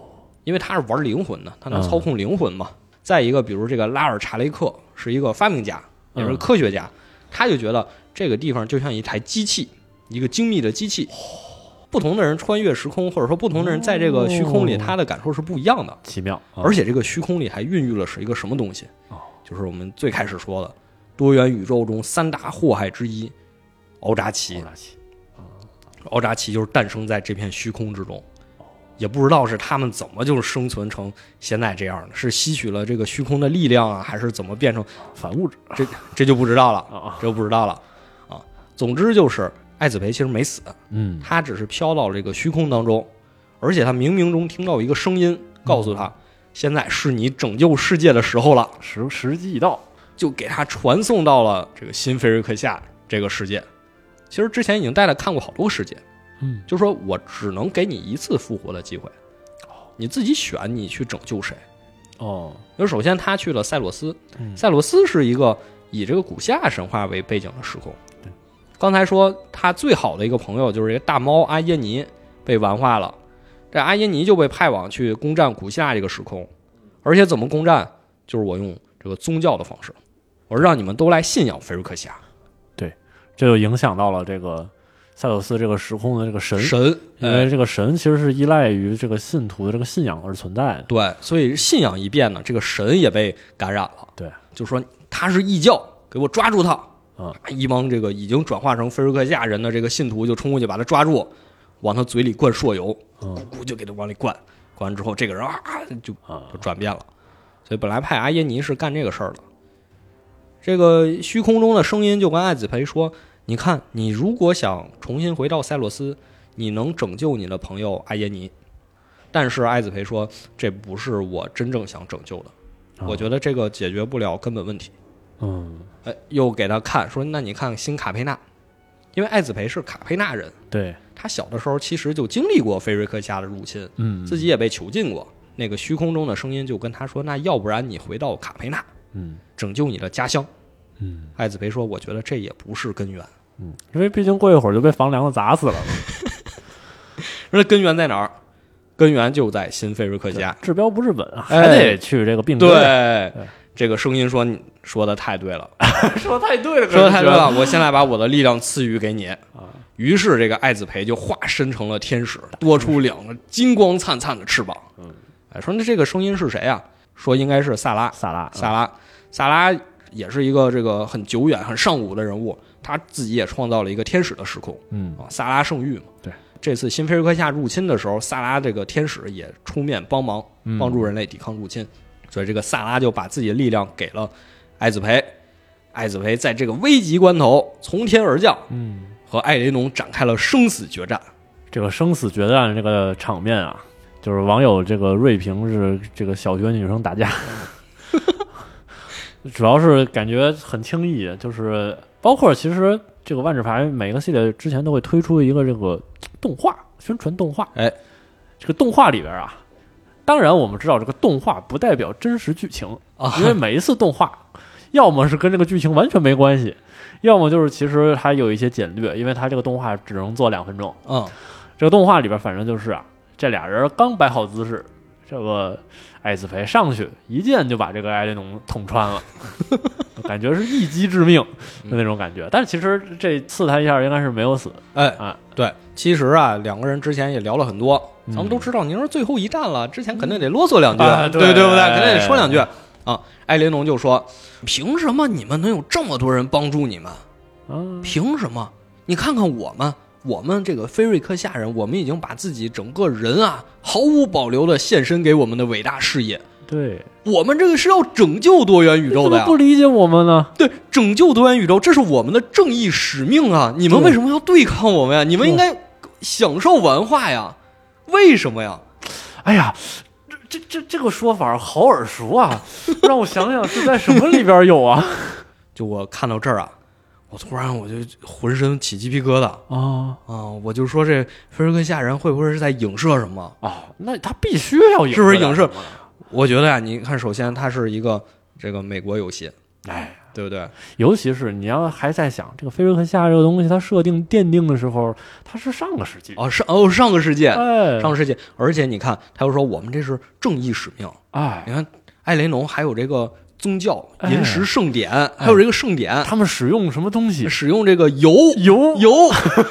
Speaker 1: 因为他是玩灵魂的，他能
Speaker 2: 嗯
Speaker 1: 操控灵魂嘛。再一个，比如这个拉尔查雷克是一个发明家，也是个
Speaker 2: 嗯
Speaker 1: 科学家，他就觉得这个地方就像一台机器，一个精密的机器。
Speaker 2: 哦
Speaker 1: 不同的人穿越时空，或者说不同的人在这个虚空里，
Speaker 2: 哦
Speaker 1: 他的感受是不一样的。
Speaker 2: 奇妙，啊
Speaker 1: 而且这个虚空里还孕育了是一个什么东西
Speaker 2: 哦？
Speaker 1: 就是我们最开始说的多元宇宙中三大祸害之一——敖扎奇。
Speaker 2: 拉奇
Speaker 1: 敖扎奇就是诞生在这片虚空之中，也不知道是他们怎么就是生存成现在这样的，是吸取了这个虚空的力量啊，还是怎么变成
Speaker 2: 反物质
Speaker 1: 这这就不知道了，
Speaker 2: 啊啊，
Speaker 1: 这就不知道了啊。总之就是艾子培其实没死，
Speaker 2: 嗯
Speaker 1: 他只是飘到了这个虚空当中，而且他冥冥中听到一个声音告诉他，现在是你拯救世界的时候了，
Speaker 2: 时时机已到，
Speaker 1: 就给他传送到了这个新菲瑞克夏这个世界。其实之前已经带他看过好多个世界，
Speaker 2: 嗯，
Speaker 1: 就说我只能给你一次复活的机会，你自己选你去拯救谁。
Speaker 2: 哦，
Speaker 1: 因为首先他去了塞洛斯，
Speaker 2: 嗯
Speaker 1: 塞洛斯是一个以这个古希腊神话为背景的时空。刚才说他最好的一个朋友就是一个大猫阿耶尼被玩化了，这阿耶尼就被派往去攻占古希腊这个时空，而且怎么攻占？就是我用这个宗教的方式，我让你们都来信仰菲瑞克夏
Speaker 2: 这就影响到了这个塞琉斯这个时空的这个神，
Speaker 1: 神，
Speaker 2: 因
Speaker 1: 呃
Speaker 2: 为这个神其实是依赖于这个信徒的这个信仰而存在的。
Speaker 1: 对，所以信仰一变呢，这个神也被感染了。
Speaker 2: 对，
Speaker 1: 就说他是异教，给我抓住他！啊
Speaker 2: 嗯，
Speaker 1: 一帮这个已经转化成菲瑞克夏人的这个信徒就冲过去把他抓住，往他嘴里灌朔油，
Speaker 2: 嗯
Speaker 1: 咕咕就给他往里灌。灌完之后，这个人啊就
Speaker 2: 啊
Speaker 1: 就转变了。所以本来派阿耶尼是干这个事儿的。这个虚空中的声音就跟艾子培说：“你看，你如果想重新回到塞洛斯，你能拯救你的朋友阿耶尼。”但是艾子培说：“这不是我真正想拯救的，
Speaker 2: 哦
Speaker 1: 我觉得这个解决不了根本问题。
Speaker 2: 嗯，”
Speaker 1: 哎，又给他看说：“那你看新卡佩纳，因为艾子培是卡佩纳人，
Speaker 2: 对，
Speaker 1: 他小的时候其实就经历过菲瑞克夏的入侵，
Speaker 2: 嗯
Speaker 1: 自己也被囚禁过。那个虚空中的声音就跟他说：“那要不然你回到卡佩纳，
Speaker 2: 嗯
Speaker 1: 拯救你的家乡。
Speaker 2: 嗯”
Speaker 1: 艾子培说：“我觉得这也不是根源，
Speaker 2: 嗯，因为毕竟过一会儿就被房梁子砸死了，
Speaker 1: 那根源在哪儿？根源就在新菲瑞克夏。
Speaker 2: 治标不治本啊，
Speaker 1: 哎
Speaker 2: 还得去这个”病根儿。
Speaker 1: 对，这个声音说：“你说的太对了，
Speaker 2: 说太对 (laughs) 了，
Speaker 1: 说的
Speaker 2: 可是
Speaker 1: 太对
Speaker 2: 觉得
Speaker 1: 了，我现在把我的力量赐予给你。”于是这个艾子培就化身成了天使，多出两个金光灿灿的翅膀。
Speaker 2: 嗯，
Speaker 1: 哎，说那这个声音是谁啊？说应该是萨拉。
Speaker 2: 萨拉，
Speaker 1: 萨拉，萨拉也是一个这个很久远、很上古的人物，他自己也创造了一个天使的时空
Speaker 2: 嗯
Speaker 1: 啊，萨拉圣域嘛。
Speaker 2: 对，
Speaker 1: 这次新菲瑞克夏入侵的时候，萨拉这个天使也出面帮忙，
Speaker 2: 嗯
Speaker 1: 帮助人类抵抗入侵，所以这个萨拉就把自己的力量给了艾子培。艾子培在这个危急关头从天而降，
Speaker 2: 嗯，
Speaker 1: 和艾雷农展开了生死决战。
Speaker 2: 这个生死决战这个场面啊，就是网友这个锐评是这个小学女生打架， (laughs) 主要是感觉很轻易，就是包括其实这个万智牌每个系列之前都会推出一个这个动画宣传动画，
Speaker 1: 哎，
Speaker 2: 这个动画里边啊，当然我们知道这个动画不代表真实剧情
Speaker 1: 啊
Speaker 2: 因为每一次动画要么是跟这个剧情完全没关系。要么就是其实它有一些简略，因为它这个动画只能做两分钟，
Speaker 1: 嗯，
Speaker 2: 这个动画里边反正就是啊，这俩人刚摆好姿势，这个艾子培上去一剑就把这个艾雷农捅穿了， (laughs) 感觉是一击致命的那种感觉。但是其实这刺他一下应该是没有死，
Speaker 1: 哎
Speaker 2: 啊，
Speaker 1: 对，其实啊，两个人之前也聊了很多，
Speaker 2: 嗯
Speaker 1: 咱们都知道您是最后一战了，之前肯定得啰嗦两句，
Speaker 2: 啊对
Speaker 1: 对不对？
Speaker 2: 哎
Speaker 1: 肯定得说两句啊。艾琳龙就说：“凭什么你们能有这么多人帮助你们？
Speaker 2: 嗯，
Speaker 1: 凭什么？你看看我们，我们这个菲瑞克夏人，我们已经把自己整个人啊毫无保留的献身给我们的伟大事业。
Speaker 2: 对，
Speaker 1: 我们这个是要拯救多元宇宙
Speaker 2: 怎
Speaker 1: 的
Speaker 2: 么
Speaker 1: 呀
Speaker 2: 不，理解我们呢？
Speaker 1: 对，拯救多元宇宙，这是我们的正义使命啊！你们
Speaker 2: 对
Speaker 1: 为什么要对抗我们呀？你们应该享受文化呀，为什么呀？
Speaker 2: 哎呀。这这这这个说法好耳熟啊！让我想想是在什么里边有啊？
Speaker 1: (laughs) 就我看到这儿啊，我突然我就浑身起鸡皮疙瘩
Speaker 2: 啊
Speaker 1: 啊！我就说这菲尔克夏人会不会是在影射什么？
Speaker 2: 哦，那他必须要影，
Speaker 1: 是不是影射？我觉得呀、你看，首先它是一个这个美国游戏，
Speaker 2: 哎，
Speaker 1: 对不对？
Speaker 2: 尤其是你要还在想这个菲瑞克夏这个东西，它设定奠定的时候，它是上个世纪，
Speaker 1: 哦，上哦上个世纪，
Speaker 2: 哎，
Speaker 1: 上个世纪，而且你看，他又说我们这是正义使命，
Speaker 2: 哎，
Speaker 1: 你看艾雷农还有这个宗教
Speaker 2: 哎
Speaker 1: 银石盛典，还有这个盛典、
Speaker 2: 他们使用什么东西？
Speaker 1: 使用这个油
Speaker 2: 油，
Speaker 1: 油 (laughs)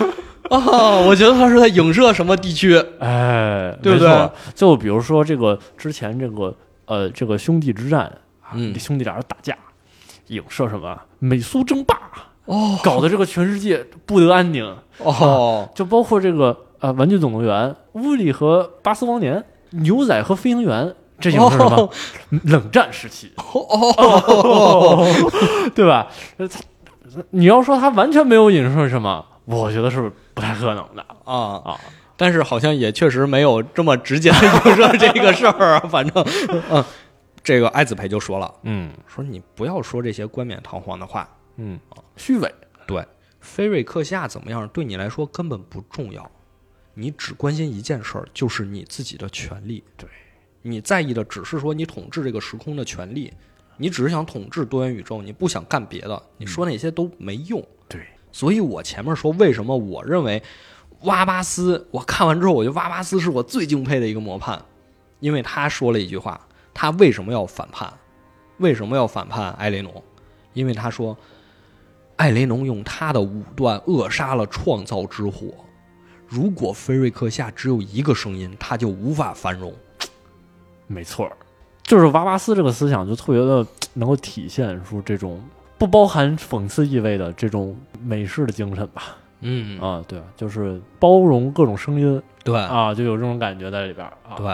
Speaker 1: 啊，我觉得他是在影射什么地区？
Speaker 2: 哎，
Speaker 1: 对不
Speaker 2: 没错
Speaker 1: 对？
Speaker 2: 就比如说这个之前这个呃这个兄弟之战，啊
Speaker 1: 嗯
Speaker 2: 兄弟俩人打架，影射什么美苏争霸，
Speaker 1: 哦
Speaker 2: 搞得这个全世界不得安宁。
Speaker 1: 哦，
Speaker 2: 就包括这个呃，《玩具总动员》、乌里和巴斯光年、牛仔和飞行员，这影射什么？
Speaker 1: 哦
Speaker 2: 冷战时期。对吧？呃它你要说它完全没有影射什么，我觉得是不太可能的
Speaker 1: 啊，
Speaker 2: 啊。
Speaker 1: 但是好像也确实没有这么直接的影射这个事儿啊。反正，嗯，这个爱子培就说了，
Speaker 2: 嗯
Speaker 1: 说你不要说这些冠冕堂皇的话，
Speaker 2: 嗯，虚伪。
Speaker 1: 对，菲瑞克夏怎么样，对你来说根本不重要，你只关心一件事儿，就是你自己的权利。
Speaker 2: 对，
Speaker 1: 你在意的只是说你统治这个时空的权利，你只是想统治多元宇宙，你不想干别的，你说那些都没用。
Speaker 2: 嗯对，
Speaker 1: 所以我前面说为什么我认为哇巴斯，我看完之后我觉得哇巴斯是我最敬佩的一个模范，因为他说了一句话，他为什么要反叛？为什么要反叛艾雷农？因为他说，艾雷农用他的武断扼杀了创造之火。如果菲瑞克夏只有一个声音，他就无法繁荣。
Speaker 2: 没错儿，就是娃娃斯这个思想就特别的能够体现出这种不包含讽刺意味的这种美式的精神吧。
Speaker 1: 嗯，
Speaker 2: 啊，对，就是包容各种声音
Speaker 1: 对、
Speaker 2: 啊，就有这种感觉在里边儿啊。
Speaker 1: 对，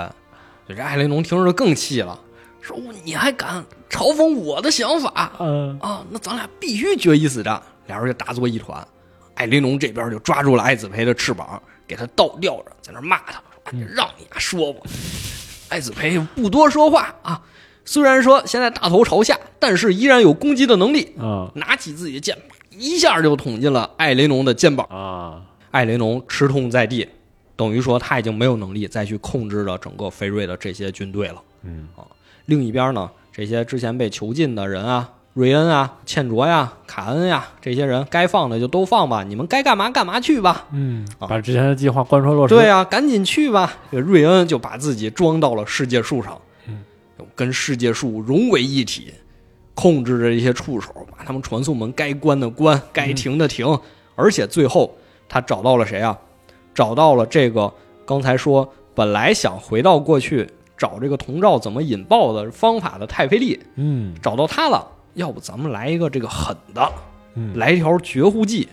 Speaker 1: 就这艾雷农听着就更气了，说你还敢嘲讽我的想法？
Speaker 2: 嗯、
Speaker 1: 啊，那咱俩必须决一死战。俩人就打作一团，艾雷农这边就抓住了艾子培的翅膀，给他倒吊着，在那骂他说：“哎你让你俩说吧。”艾子培不多说话啊，虽然说现在大头朝下，但是依然有攻击的能力，
Speaker 2: 啊
Speaker 1: 拿起自己的剑，一下就捅进了艾雷农的肩膀。
Speaker 2: 啊，
Speaker 1: 艾雷农吃痛在地，等于说他已经没有能力再去控制了整个菲瑞的这些军队了。
Speaker 2: 嗯
Speaker 1: 啊，另一边呢，这些之前被囚禁的人啊，瑞恩啊、茜卓呀、卡恩呀这些人，该放的就都放吧，你们该干嘛干嘛去吧。
Speaker 2: 嗯，把之前的计划贯彻落实。
Speaker 1: 对呀、赶紧去吧。这个瑞恩就把自己装到了世界树上，跟世界树融为一体，控制着这些触手，把他们传送门该关的关，该停的停。而且最后他找到了谁啊？找到了这个刚才说本来想回到过去找这个铜罩怎么引爆的方法的泰菲利，
Speaker 2: 嗯
Speaker 1: 找到他了。要不咱们来一个这个狠的，
Speaker 2: 嗯
Speaker 1: 来一条绝户计。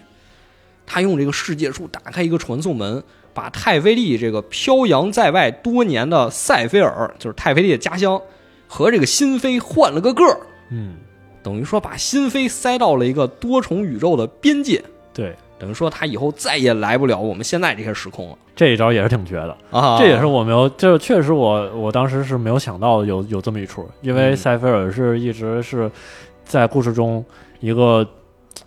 Speaker 1: 他用这个世界树打开一个传送门，把泰菲利这个飘扬在外多年的塞菲尔，就是泰菲利的家乡，和这个新飞换了个个儿，
Speaker 2: 嗯，
Speaker 1: 等于说把新飞塞到了一个多重宇宙的边界，
Speaker 2: 对，
Speaker 1: 等于说他以后再也来不了我们现在这些时空了
Speaker 2: 这一招也是挺绝的。
Speaker 1: 啊
Speaker 2: 这也是我没有，这确实我我当时是没有想到有有这么一出，因为
Speaker 1: 嗯
Speaker 2: 塞菲尔是一直是在故事中一个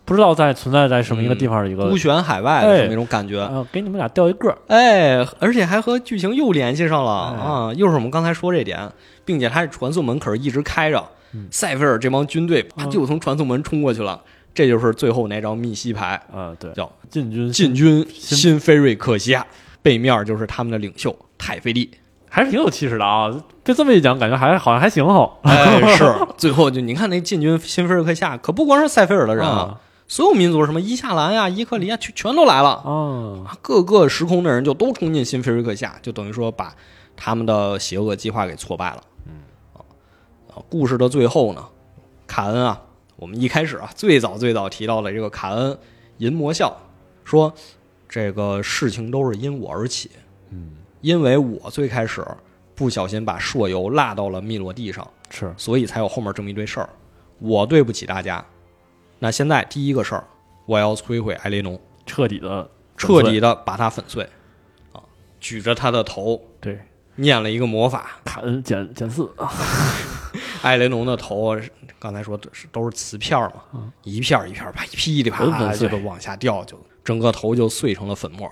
Speaker 2: 不知道在存在在什么一个地方的一个
Speaker 1: 嗯孤，悬海外的
Speaker 2: 哎
Speaker 1: 这么一种感觉。
Speaker 2: 呃，给你们俩掉一个，
Speaker 1: 哎，而且还和剧情又联系上了、
Speaker 2: 哎
Speaker 1: 啊！又是我们刚才说这点，并且他这传送门可是一直开着，
Speaker 2: 嗯
Speaker 1: 塞菲尔这帮军队啪
Speaker 2: 嗯
Speaker 1: 就从传送门冲过去了，这就是最后那张密西牌，
Speaker 2: 呃，对，
Speaker 1: 叫
Speaker 2: 进军
Speaker 1: 进军
Speaker 2: 新
Speaker 1: 新菲瑞克西亚，背面就是他们的领袖泰菲
Speaker 2: (laughs)
Speaker 1: 利。
Speaker 2: 还是挺有气势的啊，被这么一讲，感觉还好像还行哦，
Speaker 1: 哎，是，最后就你看那进军新菲瑞克西亚，可不光是塞菲尔的人啊，
Speaker 2: 啊
Speaker 1: 所有民族什么伊夏兰呀、伊克里亚，全全都来了。
Speaker 2: 啊，
Speaker 1: 各个时空的人就都冲进新菲瑞克下，就等于说把他们的邪恶计划给挫败了。嗯，啊，故事的最后呢，卡恩啊，我们一开始啊最早最早提到的这个卡恩淫魔笑说，这个事情都是因我而起，
Speaker 2: 嗯，
Speaker 1: 因为我最开始不小心把朔油落到了汨罗地上，
Speaker 2: 是
Speaker 1: 所以才有后面这么一堆事儿。我对不起大家。那现在第一个事儿，我要摧毁埃雷农。
Speaker 2: 彻底的
Speaker 1: 彻底的把它粉碎，啊，举着他的头
Speaker 2: 对
Speaker 1: 念了一个魔法，
Speaker 2: 卡恩减减四，
Speaker 1: 艾雷农的头，啊刚才说都是都是瓷片儿嘛，一片儿一片儿啪噼里啪
Speaker 2: 嗯粉
Speaker 1: 啦
Speaker 2: 粉碎嗯
Speaker 1: 就都往下掉，就整个头就碎成了粉末，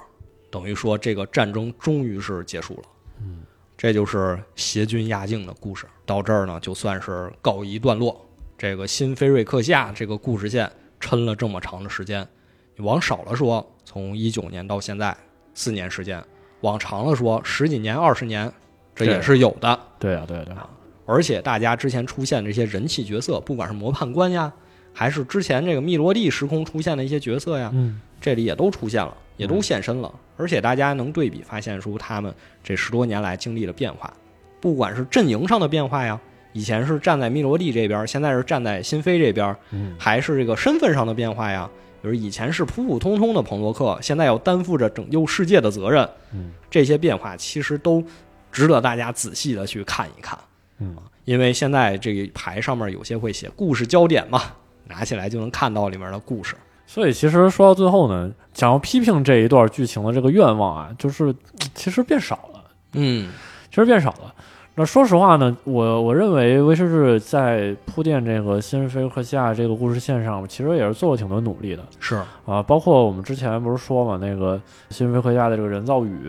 Speaker 1: 等于说这个战争终于是结束了。
Speaker 2: 嗯
Speaker 1: 这就是邪军压境的故事，到这儿呢就算是告一段落。这个新菲瑞克夏这个故事线抻了这么长的时间，你往少了说，从一九年到现在四年时间；往长了说，十几年、二十年，这也
Speaker 2: 对
Speaker 1: 是有的。
Speaker 2: 对呀、对呀、对啊呀、
Speaker 1: 而且大家之前出现的这些人气角色，不管是模判官呀，还是之前这个密罗蒂时空出现的一些角色呀，
Speaker 2: 嗯，
Speaker 1: 这里也都出现了，也都现身了。而且大家能对比发现出他们这十多年来经历的变化，不管是阵营上的变化呀，以前是站在密罗蒂这边，现在是站在辛菲这边，
Speaker 2: 嗯
Speaker 1: 还是这个身份上的变化呀？比如以前是普普通通的彭洛克，现在要担负着拯救世界的责任，
Speaker 2: 嗯
Speaker 1: 这些变化其实都值得大家仔细的去看一看。
Speaker 2: 嗯，
Speaker 1: 因为现在这个牌上面有些会写故事焦点嘛，拿起来就能看到里面的故事。
Speaker 2: 所以其实说到最后呢，想要批评这一段剧情的这个愿望啊，就是其实变少了，
Speaker 1: 嗯
Speaker 2: 其实变少了。那说实话呢，我我认为威士忌在铺垫这个《新人菲克西亚》这个故事线上，其实也是做了挺多努力的，
Speaker 1: 是，
Speaker 2: 啊，包括我们之前不是说嘛，那个新飞科学家的这个人造雨，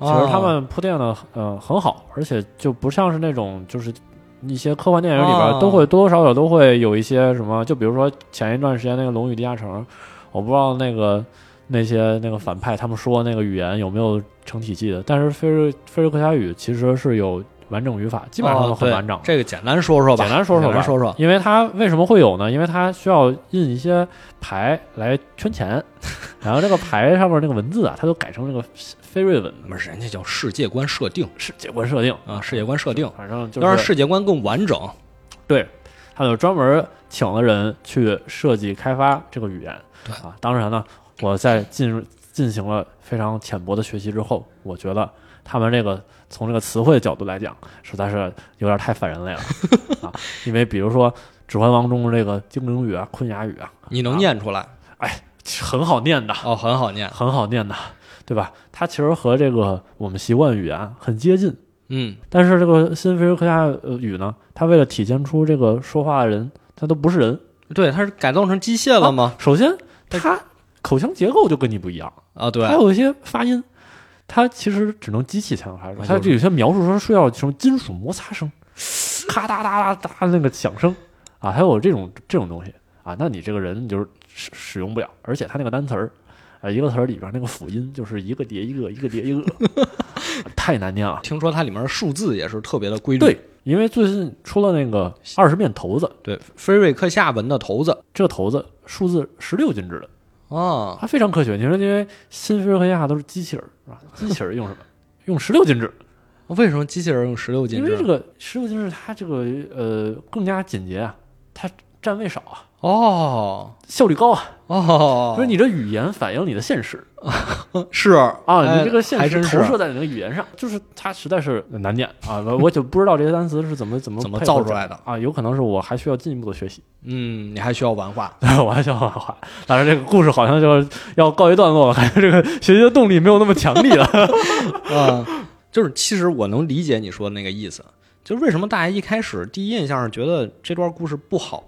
Speaker 2: 其实
Speaker 1: 哦
Speaker 2: 他们铺垫的呃很好，而且就不像是那种就是一些科幻电影里边
Speaker 1: 哦
Speaker 2: 都会多多少少都会有一些什么，就比如说前一段时间那个《龙与地下城》，我不知道那个那些那个反派他们说那个语言有没有成体系的，但是菲瑞菲瑞克侠语其实是有完整语法，基本上都
Speaker 1: 哦
Speaker 2: 很
Speaker 1: 对
Speaker 2: 完整的。
Speaker 1: 这个简单说说吧，
Speaker 2: 简单说说
Speaker 1: 简
Speaker 2: 吧
Speaker 1: 单说说。
Speaker 2: 因为它为什么会有呢？因为它需要印一些牌来圈钱， (laughs) 然后这个牌上面那个文字啊，它都改成这个非瑞文
Speaker 1: 不是，人家叫世界观设定
Speaker 2: 世界观设定，
Speaker 1: 啊，世界观设定，
Speaker 2: 反正就
Speaker 1: 要让
Speaker 2: 是
Speaker 1: 世界观更完整。
Speaker 2: 对，他就专门请了人去设计开发这个语言
Speaker 1: 对
Speaker 2: 啊。当然呢，我在进入进行了非常浅薄的学习之后，我觉得他们这个从这个词汇角度来讲，实在是有点太反人类了啊。因为比如说《指环王》中的这个精灵语啊、昆雅语啊。
Speaker 1: 你能念出来
Speaker 2: 很好念的，
Speaker 1: 哦，很好念。
Speaker 2: 很好念的，对吧？它其实和这个我们习惯语言很接近，
Speaker 1: 嗯，
Speaker 2: 但是这个新菲尔克夏呃语呢，它为了体现出这个说话的人他都不是人，
Speaker 1: 对，它是改造成机械了吗？
Speaker 2: 首先
Speaker 1: 它
Speaker 2: 他口腔结构就跟你不一样，
Speaker 1: 啊，对
Speaker 2: 还，有一些发音，它其实只能机器才能发出来，
Speaker 1: 啊
Speaker 2: 它
Speaker 1: 就是
Speaker 2: 有些描述说是要什么金属摩擦声，咔哒哒哒哒那个响声啊，还有这种这种东西啊，那你这个人你就是使使用不了，而且它那个单词儿。啊，一个词儿里边那个辅音就是一个叠一个，一个叠一个，太难念了。
Speaker 1: 听说它里面的数字也是特别的规律。
Speaker 2: 对，因为最近出了那个二十面骰子，
Speaker 1: 对，菲瑞克夏文的头子
Speaker 2: 这个骰子数字十六进制的，
Speaker 1: 啊，
Speaker 2: 它非常科学。你说，因为新菲和亚都是机器人儿
Speaker 1: (laughs)
Speaker 2: 啊，机器人儿用什么？用十六进制，
Speaker 1: 哦为什么机器人用十六进
Speaker 2: 因为这
Speaker 1: 制？
Speaker 2: 个十六进制它这个呃更加简洁啊，它占位少啊，
Speaker 1: 哦
Speaker 2: 效率高啊。
Speaker 1: 哦，
Speaker 2: 所以你这语言反映你的现实
Speaker 1: 是
Speaker 2: 啊，
Speaker 1: 哎
Speaker 2: 你这个
Speaker 1: 还
Speaker 2: 现实
Speaker 1: 真是
Speaker 2: 投射在你的语言上，就是它实在是难念啊。我我就不知道这些单词是怎么怎么
Speaker 1: 怎么
Speaker 2: 配
Speaker 1: 造
Speaker 2: 合
Speaker 1: 出来的
Speaker 2: 啊，有可能是我还需要进一步的学习。 (laughs)
Speaker 1: 嗯，你还需要玩化。
Speaker 2: 我还想画画，当然这个故事好像就是要告一段落了，感觉这个学习的动力没有那么强烈了。 (laughs) 啊
Speaker 1: 嗯， (laughs) 就是其实我能理解你说的那个意思，就是为什么大家一开始第一印象是觉得这段故事不好，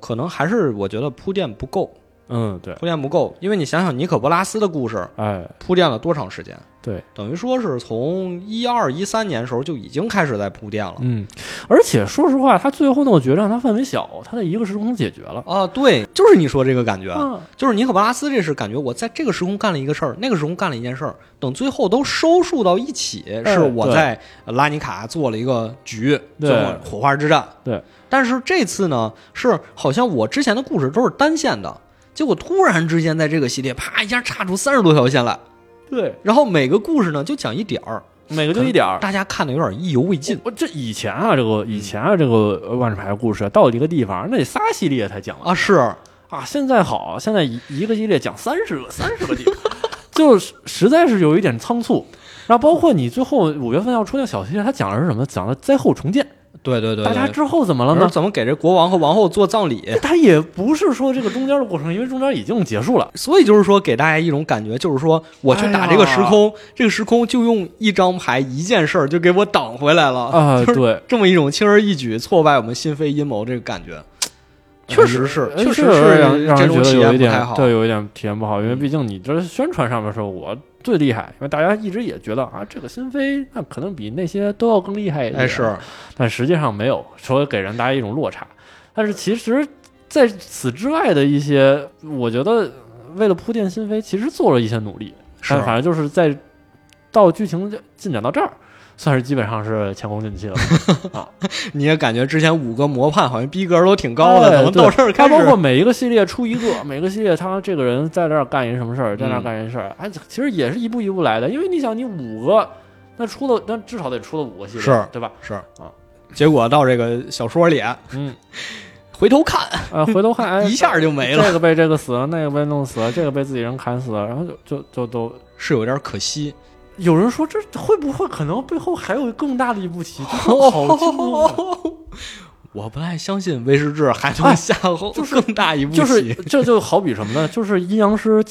Speaker 1: 可能还是我觉得铺垫不够，
Speaker 2: 嗯，对，
Speaker 1: 铺垫不够，因为你想想尼可波拉斯的故事
Speaker 2: 哎，
Speaker 1: 铺垫了多长时间，
Speaker 2: 对，
Speaker 1: 等于说是从一二一三年时候就已经开始在铺垫了。
Speaker 2: 嗯，而且说实话，他最后呢，我觉得让他范围小，他在一个时空解决了。
Speaker 1: 啊，对，就是你说这个感觉，啊
Speaker 2: 嗯，
Speaker 1: 就是尼可波拉斯这是感觉我在这个时空干了一个事儿，那个时空干了一件事儿，等最后都收束到一起，是我
Speaker 2: 哎对
Speaker 1: 在拉尼卡做了一个局，
Speaker 2: 对
Speaker 1: 最后火花之战。
Speaker 2: 对，
Speaker 1: 但是这次呢，是好像我之前的故事都是单线的，结果突然之间在这个系列啪一下岔出三十多条线来，
Speaker 2: 对，
Speaker 1: 然后每个故事呢就讲一点儿，
Speaker 2: 每个就一点儿。
Speaker 1: 大家看的有点意犹未尽
Speaker 2: 我这以前啊，这个以前啊，这个呃万智牌故事啊到一个地方，那得仨系列才讲完
Speaker 1: 啊。是，
Speaker 2: 啊。现在好，现在一一个系列讲三十个，三十个地方，
Speaker 1: (laughs)
Speaker 2: 就是实在是有一点仓促。然后包括你最后五月份要出那个小系列，他讲的是什么？讲的灾后重建。
Speaker 1: 对对对对，
Speaker 2: 大家之后怎么
Speaker 1: 我
Speaker 2: 了
Speaker 1: 说
Speaker 2: 呢？
Speaker 1: 怎么给这国王和王后做葬礼？
Speaker 2: 他也不是说这个中间的过程，因为中间已经结束了。
Speaker 1: 所以就是说，给大家一种感觉，就是说我去打这个时
Speaker 2: 哎
Speaker 1: 空，这个时空就用一张牌、一件事儿就给我挡回来了
Speaker 2: 啊
Speaker 1: (laughs) 就是
Speaker 2: 对
Speaker 1: 这么一种轻而易举挫败我们心扉阴谋这个感觉，确实是，
Speaker 2: 呃
Speaker 1: 确实
Speaker 2: 是让
Speaker 1: 是
Speaker 2: 让
Speaker 1: 这
Speaker 2: 人觉
Speaker 1: 种
Speaker 2: 得
Speaker 1: 体
Speaker 2: 有一
Speaker 1: 验不太
Speaker 2: 点，
Speaker 1: 好。
Speaker 2: 对，有一点体验不好，因为毕竟你这宣传上面说我最厉害，因为大家一直也觉得啊，这个新飞那可能比那些都要更厉害一点，
Speaker 1: 哎，是，
Speaker 2: 但实际上没有，所以给人大家一种落差。但是其实在此之外的一些，我觉得为了铺垫新飞，其实做了一些努力，
Speaker 1: 是
Speaker 2: 但反正就是在到剧情进展到这儿，算是基本上是前功尽弃了。
Speaker 1: 你也感觉之前五个模判好像逼格都挺高的，怎
Speaker 2: 哎
Speaker 1: 么到这儿
Speaker 2: 他
Speaker 1: 开
Speaker 2: 包括
Speaker 1: 始？
Speaker 2: 每一个系列出一个，每个系列他这个人在这儿干一什么事儿，在那
Speaker 1: 嗯
Speaker 2: 儿干一事儿，哎，其实也是一步一步来的。因为你想，你五个，那出了，那至少得出了五个系列，
Speaker 1: 是
Speaker 2: 对吧？
Speaker 1: 是
Speaker 2: 啊，
Speaker 1: 结果到这个小说里，
Speaker 2: 嗯，
Speaker 1: 回头看
Speaker 2: 啊，回头看，
Speaker 1: (laughs)
Speaker 2: 哎，
Speaker 1: 一下就没了，
Speaker 2: 这个被这个死了，那个被弄死了，这个被自己人砍死了，然后就就就都。
Speaker 1: 是有点可惜。
Speaker 2: 有人说这会不会可能背后还有更大的一步棋？就是好惊动啊！
Speaker 1: 我不太相信威士忌还能下后
Speaker 2: 哎就是
Speaker 1: 更 (laughs) 大一步棋。
Speaker 2: 就是这就好比什么呢？就是阴阳师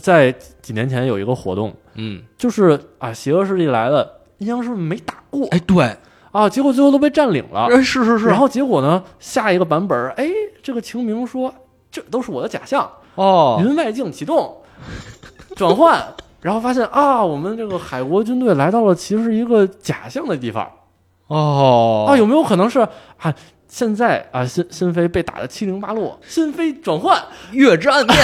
Speaker 2: 在几年前有一个活动，
Speaker 1: 嗯，
Speaker 2: 就是啊，邪恶势力来了，阴阳师没打过
Speaker 1: 哎，对，
Speaker 2: 啊，结果最后都被占领了。
Speaker 1: 哎，是是是
Speaker 2: (laughs) 然，后结果呢，下一个版本，哎，这个晴明说这都是我的假象，
Speaker 1: 哦，
Speaker 2: 云外镜启动，转换，然后发现啊，我们这个海国军队来到了其实是一个假象的地方
Speaker 1: 哦，
Speaker 2: 啊，有没有可能是啊？现在啊，新新飞被打的七零八落，新飞转换，
Speaker 1: 越之暗面
Speaker 2: (laughs)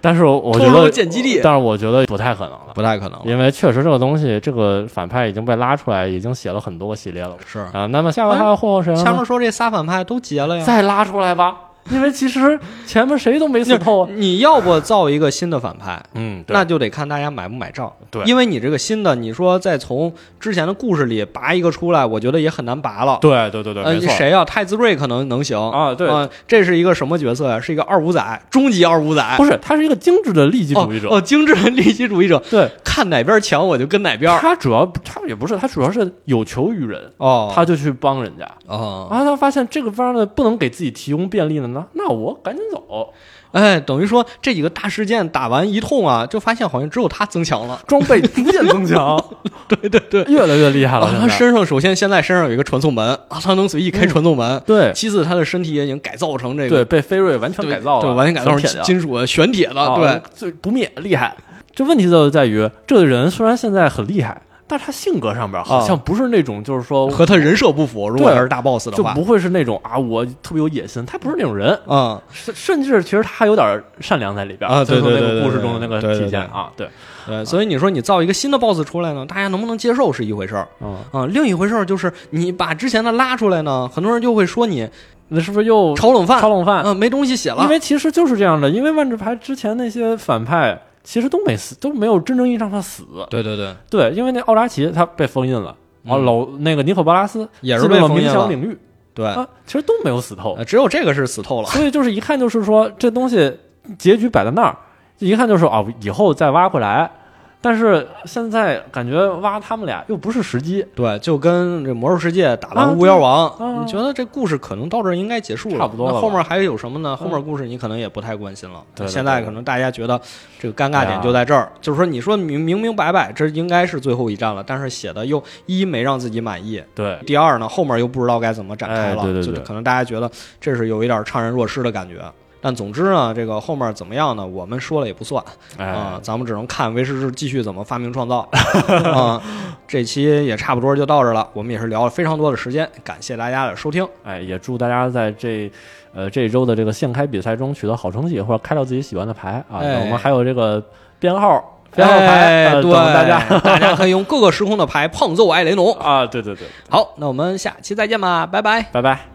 Speaker 2: 但是我觉
Speaker 1: 偷偷
Speaker 2: 得
Speaker 1: 见基地
Speaker 2: 但是我觉得不太可能了，
Speaker 1: 不太可能了，
Speaker 2: 因为确实这个东西，这个反派已经被拉出来，已经写了很多个系列了
Speaker 1: 是。
Speaker 2: 啊。那么下回还要霍霍谁
Speaker 1: 前
Speaker 2: 呢
Speaker 1: 面？说这仨反派都结了呀，
Speaker 2: 再拉出来吧，因为其实前面谁都没死透啊。
Speaker 1: 你要不造一个新的反派，
Speaker 2: 嗯，对
Speaker 1: 那就得看大家买不买账。
Speaker 2: 对
Speaker 1: 因为你这个新的，你说再从之前的故事里拔一个出来，我觉得也很难拔了。
Speaker 2: 对对对对，
Speaker 1: 呃，
Speaker 2: 没错
Speaker 1: 谁啊？太子睿可能能行
Speaker 2: 啊，对，
Speaker 1: 呃这是一个什么角色呀？是一个二五仔，终极二五
Speaker 2: (laughs)
Speaker 1: 仔，
Speaker 2: 不是，他是一个精致的利己主义者。
Speaker 1: 哦，哦精致 (laughs) 的利己主义者，
Speaker 2: 对，
Speaker 1: 看哪边强我就跟哪边儿。
Speaker 2: 他主要他也不是，他主要是有求于人，
Speaker 1: 哦，
Speaker 2: 他就去帮人家。啊
Speaker 1: 哦，
Speaker 2: 然后他发现这个方的不能给自己提供便利了呢，那我赶紧走，
Speaker 1: 哎，等于说这几个大事件打完一通啊，就发现好像只有他增强了。
Speaker 2: 装
Speaker 1: (laughs)
Speaker 2: 备逐渐增强，
Speaker 1: 对对对，
Speaker 2: 越来越厉害了。
Speaker 1: 啊，
Speaker 2: 现
Speaker 1: 他
Speaker 2: 在
Speaker 1: 身上首先现在身上有一个传送门啊，他能随意开传送门。
Speaker 2: 嗯对
Speaker 1: 其次，他的身体也已经改造成这
Speaker 2: 对
Speaker 1: 个
Speaker 2: 被飞瑞完全
Speaker 1: 对
Speaker 2: 改造了，
Speaker 1: 对，完全改造
Speaker 2: 成铁的
Speaker 1: 成金属的玄铁的。
Speaker 2: 啊
Speaker 1: 对，，
Speaker 2: 最不灭厉害。这问题就在于这个人虽然现在很厉害，但是他性格上边
Speaker 1: 啊
Speaker 2: 好像不是那种就是说
Speaker 1: 和他人设不符。如果
Speaker 2: 对
Speaker 1: 他是大 boss 的
Speaker 2: 就
Speaker 1: 话，
Speaker 2: 不会是那种啊我特别有野心，他不是那种人。
Speaker 1: 嗯，
Speaker 2: 甚甚至其实他有点善良在里边
Speaker 1: 啊
Speaker 2: 就是
Speaker 1: 对对
Speaker 2: 那
Speaker 1: 对
Speaker 2: 个
Speaker 1: 对
Speaker 2: 故事中的那个
Speaker 1: 对对
Speaker 2: 体现
Speaker 1: 对
Speaker 2: 啊，对，
Speaker 1: 对，所以你说你造一个新的 boss 出来呢，大家能不能接受是一回事儿
Speaker 2: 嗯，
Speaker 1: 啊、另一回事儿就是你把之前的拉出来呢，很多人就会说你
Speaker 2: 那是不是又
Speaker 1: 炒冷饭，
Speaker 2: 炒冷
Speaker 1: 嗯、
Speaker 2: 饭？
Speaker 1: 没东西写了，
Speaker 2: 因为其实就是这样的，因为万智牌之前那些反派其实都没死，都没有真正意义上的死。
Speaker 1: 对对对，
Speaker 2: 对，因为那奥扎奇他被封印了，啊，
Speaker 1: 嗯
Speaker 2: 老那个尼可波拉斯
Speaker 1: 也是
Speaker 2: 进入
Speaker 1: 被
Speaker 2: 了
Speaker 1: 封印
Speaker 2: 冥
Speaker 1: 了
Speaker 2: 想领域
Speaker 1: 对，
Speaker 2: 啊，其实都没有死透。
Speaker 1: 呃只有这个是死透了，
Speaker 2: 所以就是一看就是说这东西结局摆在那儿，一看就是说啊以后再挖回来，但是现在感觉挖他们俩又不是时机，
Speaker 1: 对，就跟这魔兽世界打完
Speaker 2: 啊
Speaker 1: 巫妖王，
Speaker 2: 对啊
Speaker 1: 你觉得这故事可能到这儿应该结束了，
Speaker 2: 差不多了
Speaker 1: 那
Speaker 2: 吧
Speaker 1: 后面还有什么呢？后
Speaker 2: 嗯
Speaker 1: 面故事你可能也不太关心了。
Speaker 2: 对对对
Speaker 1: 现在可能大家觉得这个尴尬
Speaker 2: 哎
Speaker 1: 点
Speaker 2: 呀
Speaker 1: 就在这儿，就是说你说明明明白白这应该是最后一战了，但是写的又一没让自己满意，
Speaker 2: 对
Speaker 1: 第二呢后面又不知道该怎么展开了，
Speaker 2: 哎对对对
Speaker 1: 就可能大家觉得这是有一点怅然若失的感觉。但总之呢，这个后面怎么样呢？我们说了也不算。啊、
Speaker 2: 哎，
Speaker 1: 咱们只能看威士忌继续怎么发明创
Speaker 2: (laughs)
Speaker 1: 造啊、这期也差不多就到这儿了，我们也是聊了非常多的时间，感谢大家的收听。
Speaker 2: 哎，也祝大家在这呃这一周的这个现开比赛中取得好成绩，或者开到自己喜欢的牌啊。
Speaker 1: 哎
Speaker 2: 我们还有这个编号编号牌，
Speaker 1: 哎
Speaker 2: 呃
Speaker 1: 对
Speaker 2: 等大家 (laughs)
Speaker 1: (laughs) 大家可以用各个时空的牌胖揍艾雷农。
Speaker 2: 啊，对对对，
Speaker 1: 好，那我们下期再见吧，拜拜。
Speaker 2: 拜拜。